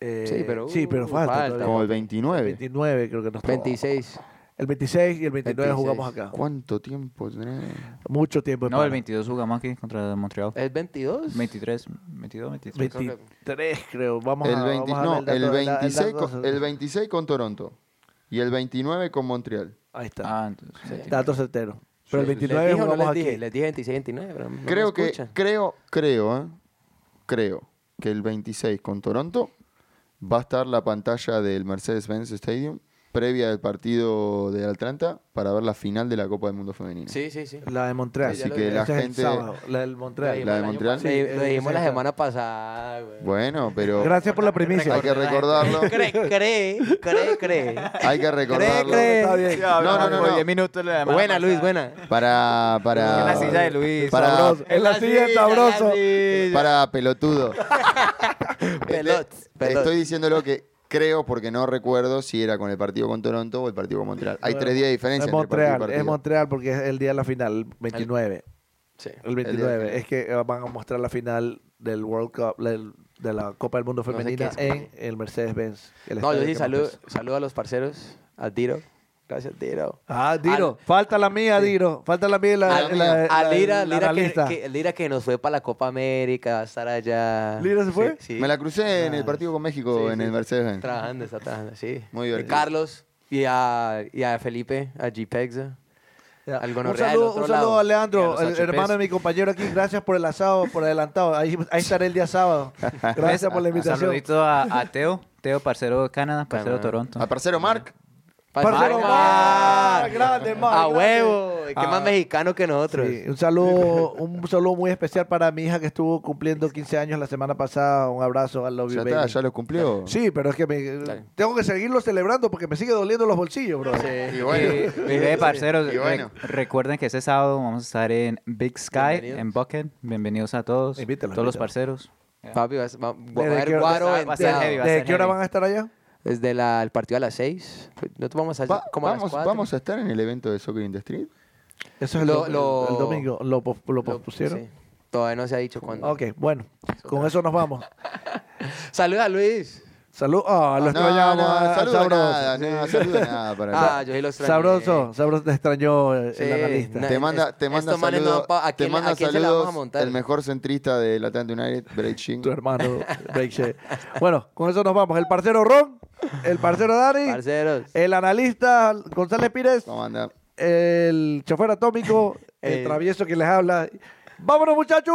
eh,
Sí, pero,
sí, pero
uh,
falta.
falta.
todavía.
Como el 29.
29 creo que nos toca.
26.
El 26 y el 29 jugamos
26.
acá.
¿Cuánto tiempo tenés?
Mucho tiempo.
No, el
pana.
22 jugamos aquí contra Montreal.
¿Es 22?
23, 22, 23.
23 creo. Vamos
El
a
20
vamos a ver
no,
dato,
el
da-
26
dato-
con, el 26 con Toronto. Y el 29 con Montreal.
Ahí está.
Ah, entonces. sí.
Dato certero. Pero el
Sí, sí, sí.
Les
29
dije o no
jugamos
les
aquí.
dije, les dije 26, 29, pero no
creo
me
que,
escuchan.
creo, creo, ¿eh? creo que el 26 con Toronto va a estar la pantalla del Mercedes-Benz Stadium previa del partido de Atlanta para ver la final de la Copa del Mundo Femenino.
Sí, sí, sí.
La de Montreal.
Así
Ese
que
es
la
el
gente-
sábado, la del
Lo
Montreal.
La
dijimos
de
el año
Montreal.
pas- lo- Lo
Sí,
dijimos la
exacto.
semana pasada, güey.
Bueno, pero
Gracias por la primicia.
hay que recordarlo.
[LAUGHS] Cree, cree, cree, cree.
Hay que recordarlo.
cree.
Está bien.
Ya hablamos
No, no, no,
por
no.
10 minutos la semana
Buena,
pasada.
Luis, buena.
Para,
En
para,
la silla de Luis.
Para-
Sabroso. En la silla, sabroso.
para pelotudo.
[LAUGHS]
Le-
Pelots, pelots.
Estoy diciéndolo que creo porque no recuerdo si era con el partido con Toronto o el partido con Montreal. Hay tres días de diferencia.
Es
entre partido y
Montreal,
partido.
es Montreal porque es el día de la final, el 29.
Sí.
El
día de la
29.
final.
Es que eh, van a mostrar la final del World Cup, la- de la Copa del Mundo
No sé
Femenina
qué es,
en el Mercedes-Benz. el
No,
estadio
yo sí
que
saludo,
montas.
saludo a los parceros, a Diro. Gracias, Diro.
Ah, Diro.
Al-
falta la mía, Diro. Falta la mía y la,
A,
la, la,
a
la- la
Lira, Lira, que,
analista.
que- Lira que nos fue para la Copa América, va a estar allá.
¿Lira se fue?
Sí, sí.
Me la crucé en el partido con México
Sí,
en
sí.
el Mercedes-Benz.
Trabajando, está trabajando, sí.
Muy divertido.
Carlos y a, y a Felipe, a G-Pexa.
Ya.
al
Un
gonorrea del
saludo,
otro
un saludo
lado.
a
Y a
Leandro,
los
el
HPs.
hermano de mi compañero aquí. Gracias por el asado, por adelantado. Ahí, ahí estaré el día
[LAUGHS]
sábado. Gracias por la invitación.
Ah, Saludito a, a Teo, Teo, parcero de Canadá, parcero de
Canadá.
Toronto.
Al parcero Mark.
Parcero,
Marca.
Mar, grande, Mar,
A
grande.
huevo. Qué
Ah.
más mexicano que nosotros.
Sí, un saludo, un saludo muy especial para mi hija que estuvo cumpliendo 15 años la semana pasada. Un abrazo, al love you,
Ya está,
baby.
ya lo cumplió.
Sí, pero es que me-
Dale.
tengo que seguirlo celebrando porque me sigue doliendo los bolsillos, bro.
Y
eh,
bueno. eh,
Y- y ve, parceros,
Y bueno.
re- recuerden que este sábado vamos a estar en Big Sky,
Bienvenidos.
en Bucket. Bienvenidos a todos,
Invítalos,
todos los
invítalos.
parceros.
Papi, va, a- va- va a
Desde que-
haber guaro
va a ser
entrado.
heavy, va a
¿Desde
ser
qué hora
heavy.
van a estar allá?
Desde la- el partido a las 6. No vamos a
Va-
como
vamos,
a las 4.
vamos a estar en el evento de Soccer in the Street.
Eso es el,
Lo-
dom-
lo-
el domingo. ¿Lo, pos- lo pospusieron?
Todavía no se ha dicho cuándo.
Ok, bueno, con eso nos vamos.
Saluda a Luis.
Salud. Ah, lo
No,
extrañamos.
no,
ah,
saludo
sabroso.
nada, no, saludo
[LAUGHS]
nada para
Ah, yo sí lo extrañé.
Sabroso, sabroso te extrañó eh,
Sí,
el analista.
na-
Te manda,
es-
te manda
estos manes no
saludos,
van pa- ¿a
te
quién-
manda
a quién se la vamos a
saludos
montar?
el mejor centrista del Atlanta United, Bray Ching.
Tu hermano, Break Shea. Bueno, con eso nos vamos. El parcero Ron, el parcero Dani,
Parceros.
el analista González Pires,
¿Cómo anda?
el chofer atómico, el
Eh.
travieso que les habla. ¡Vámonos, muchachos!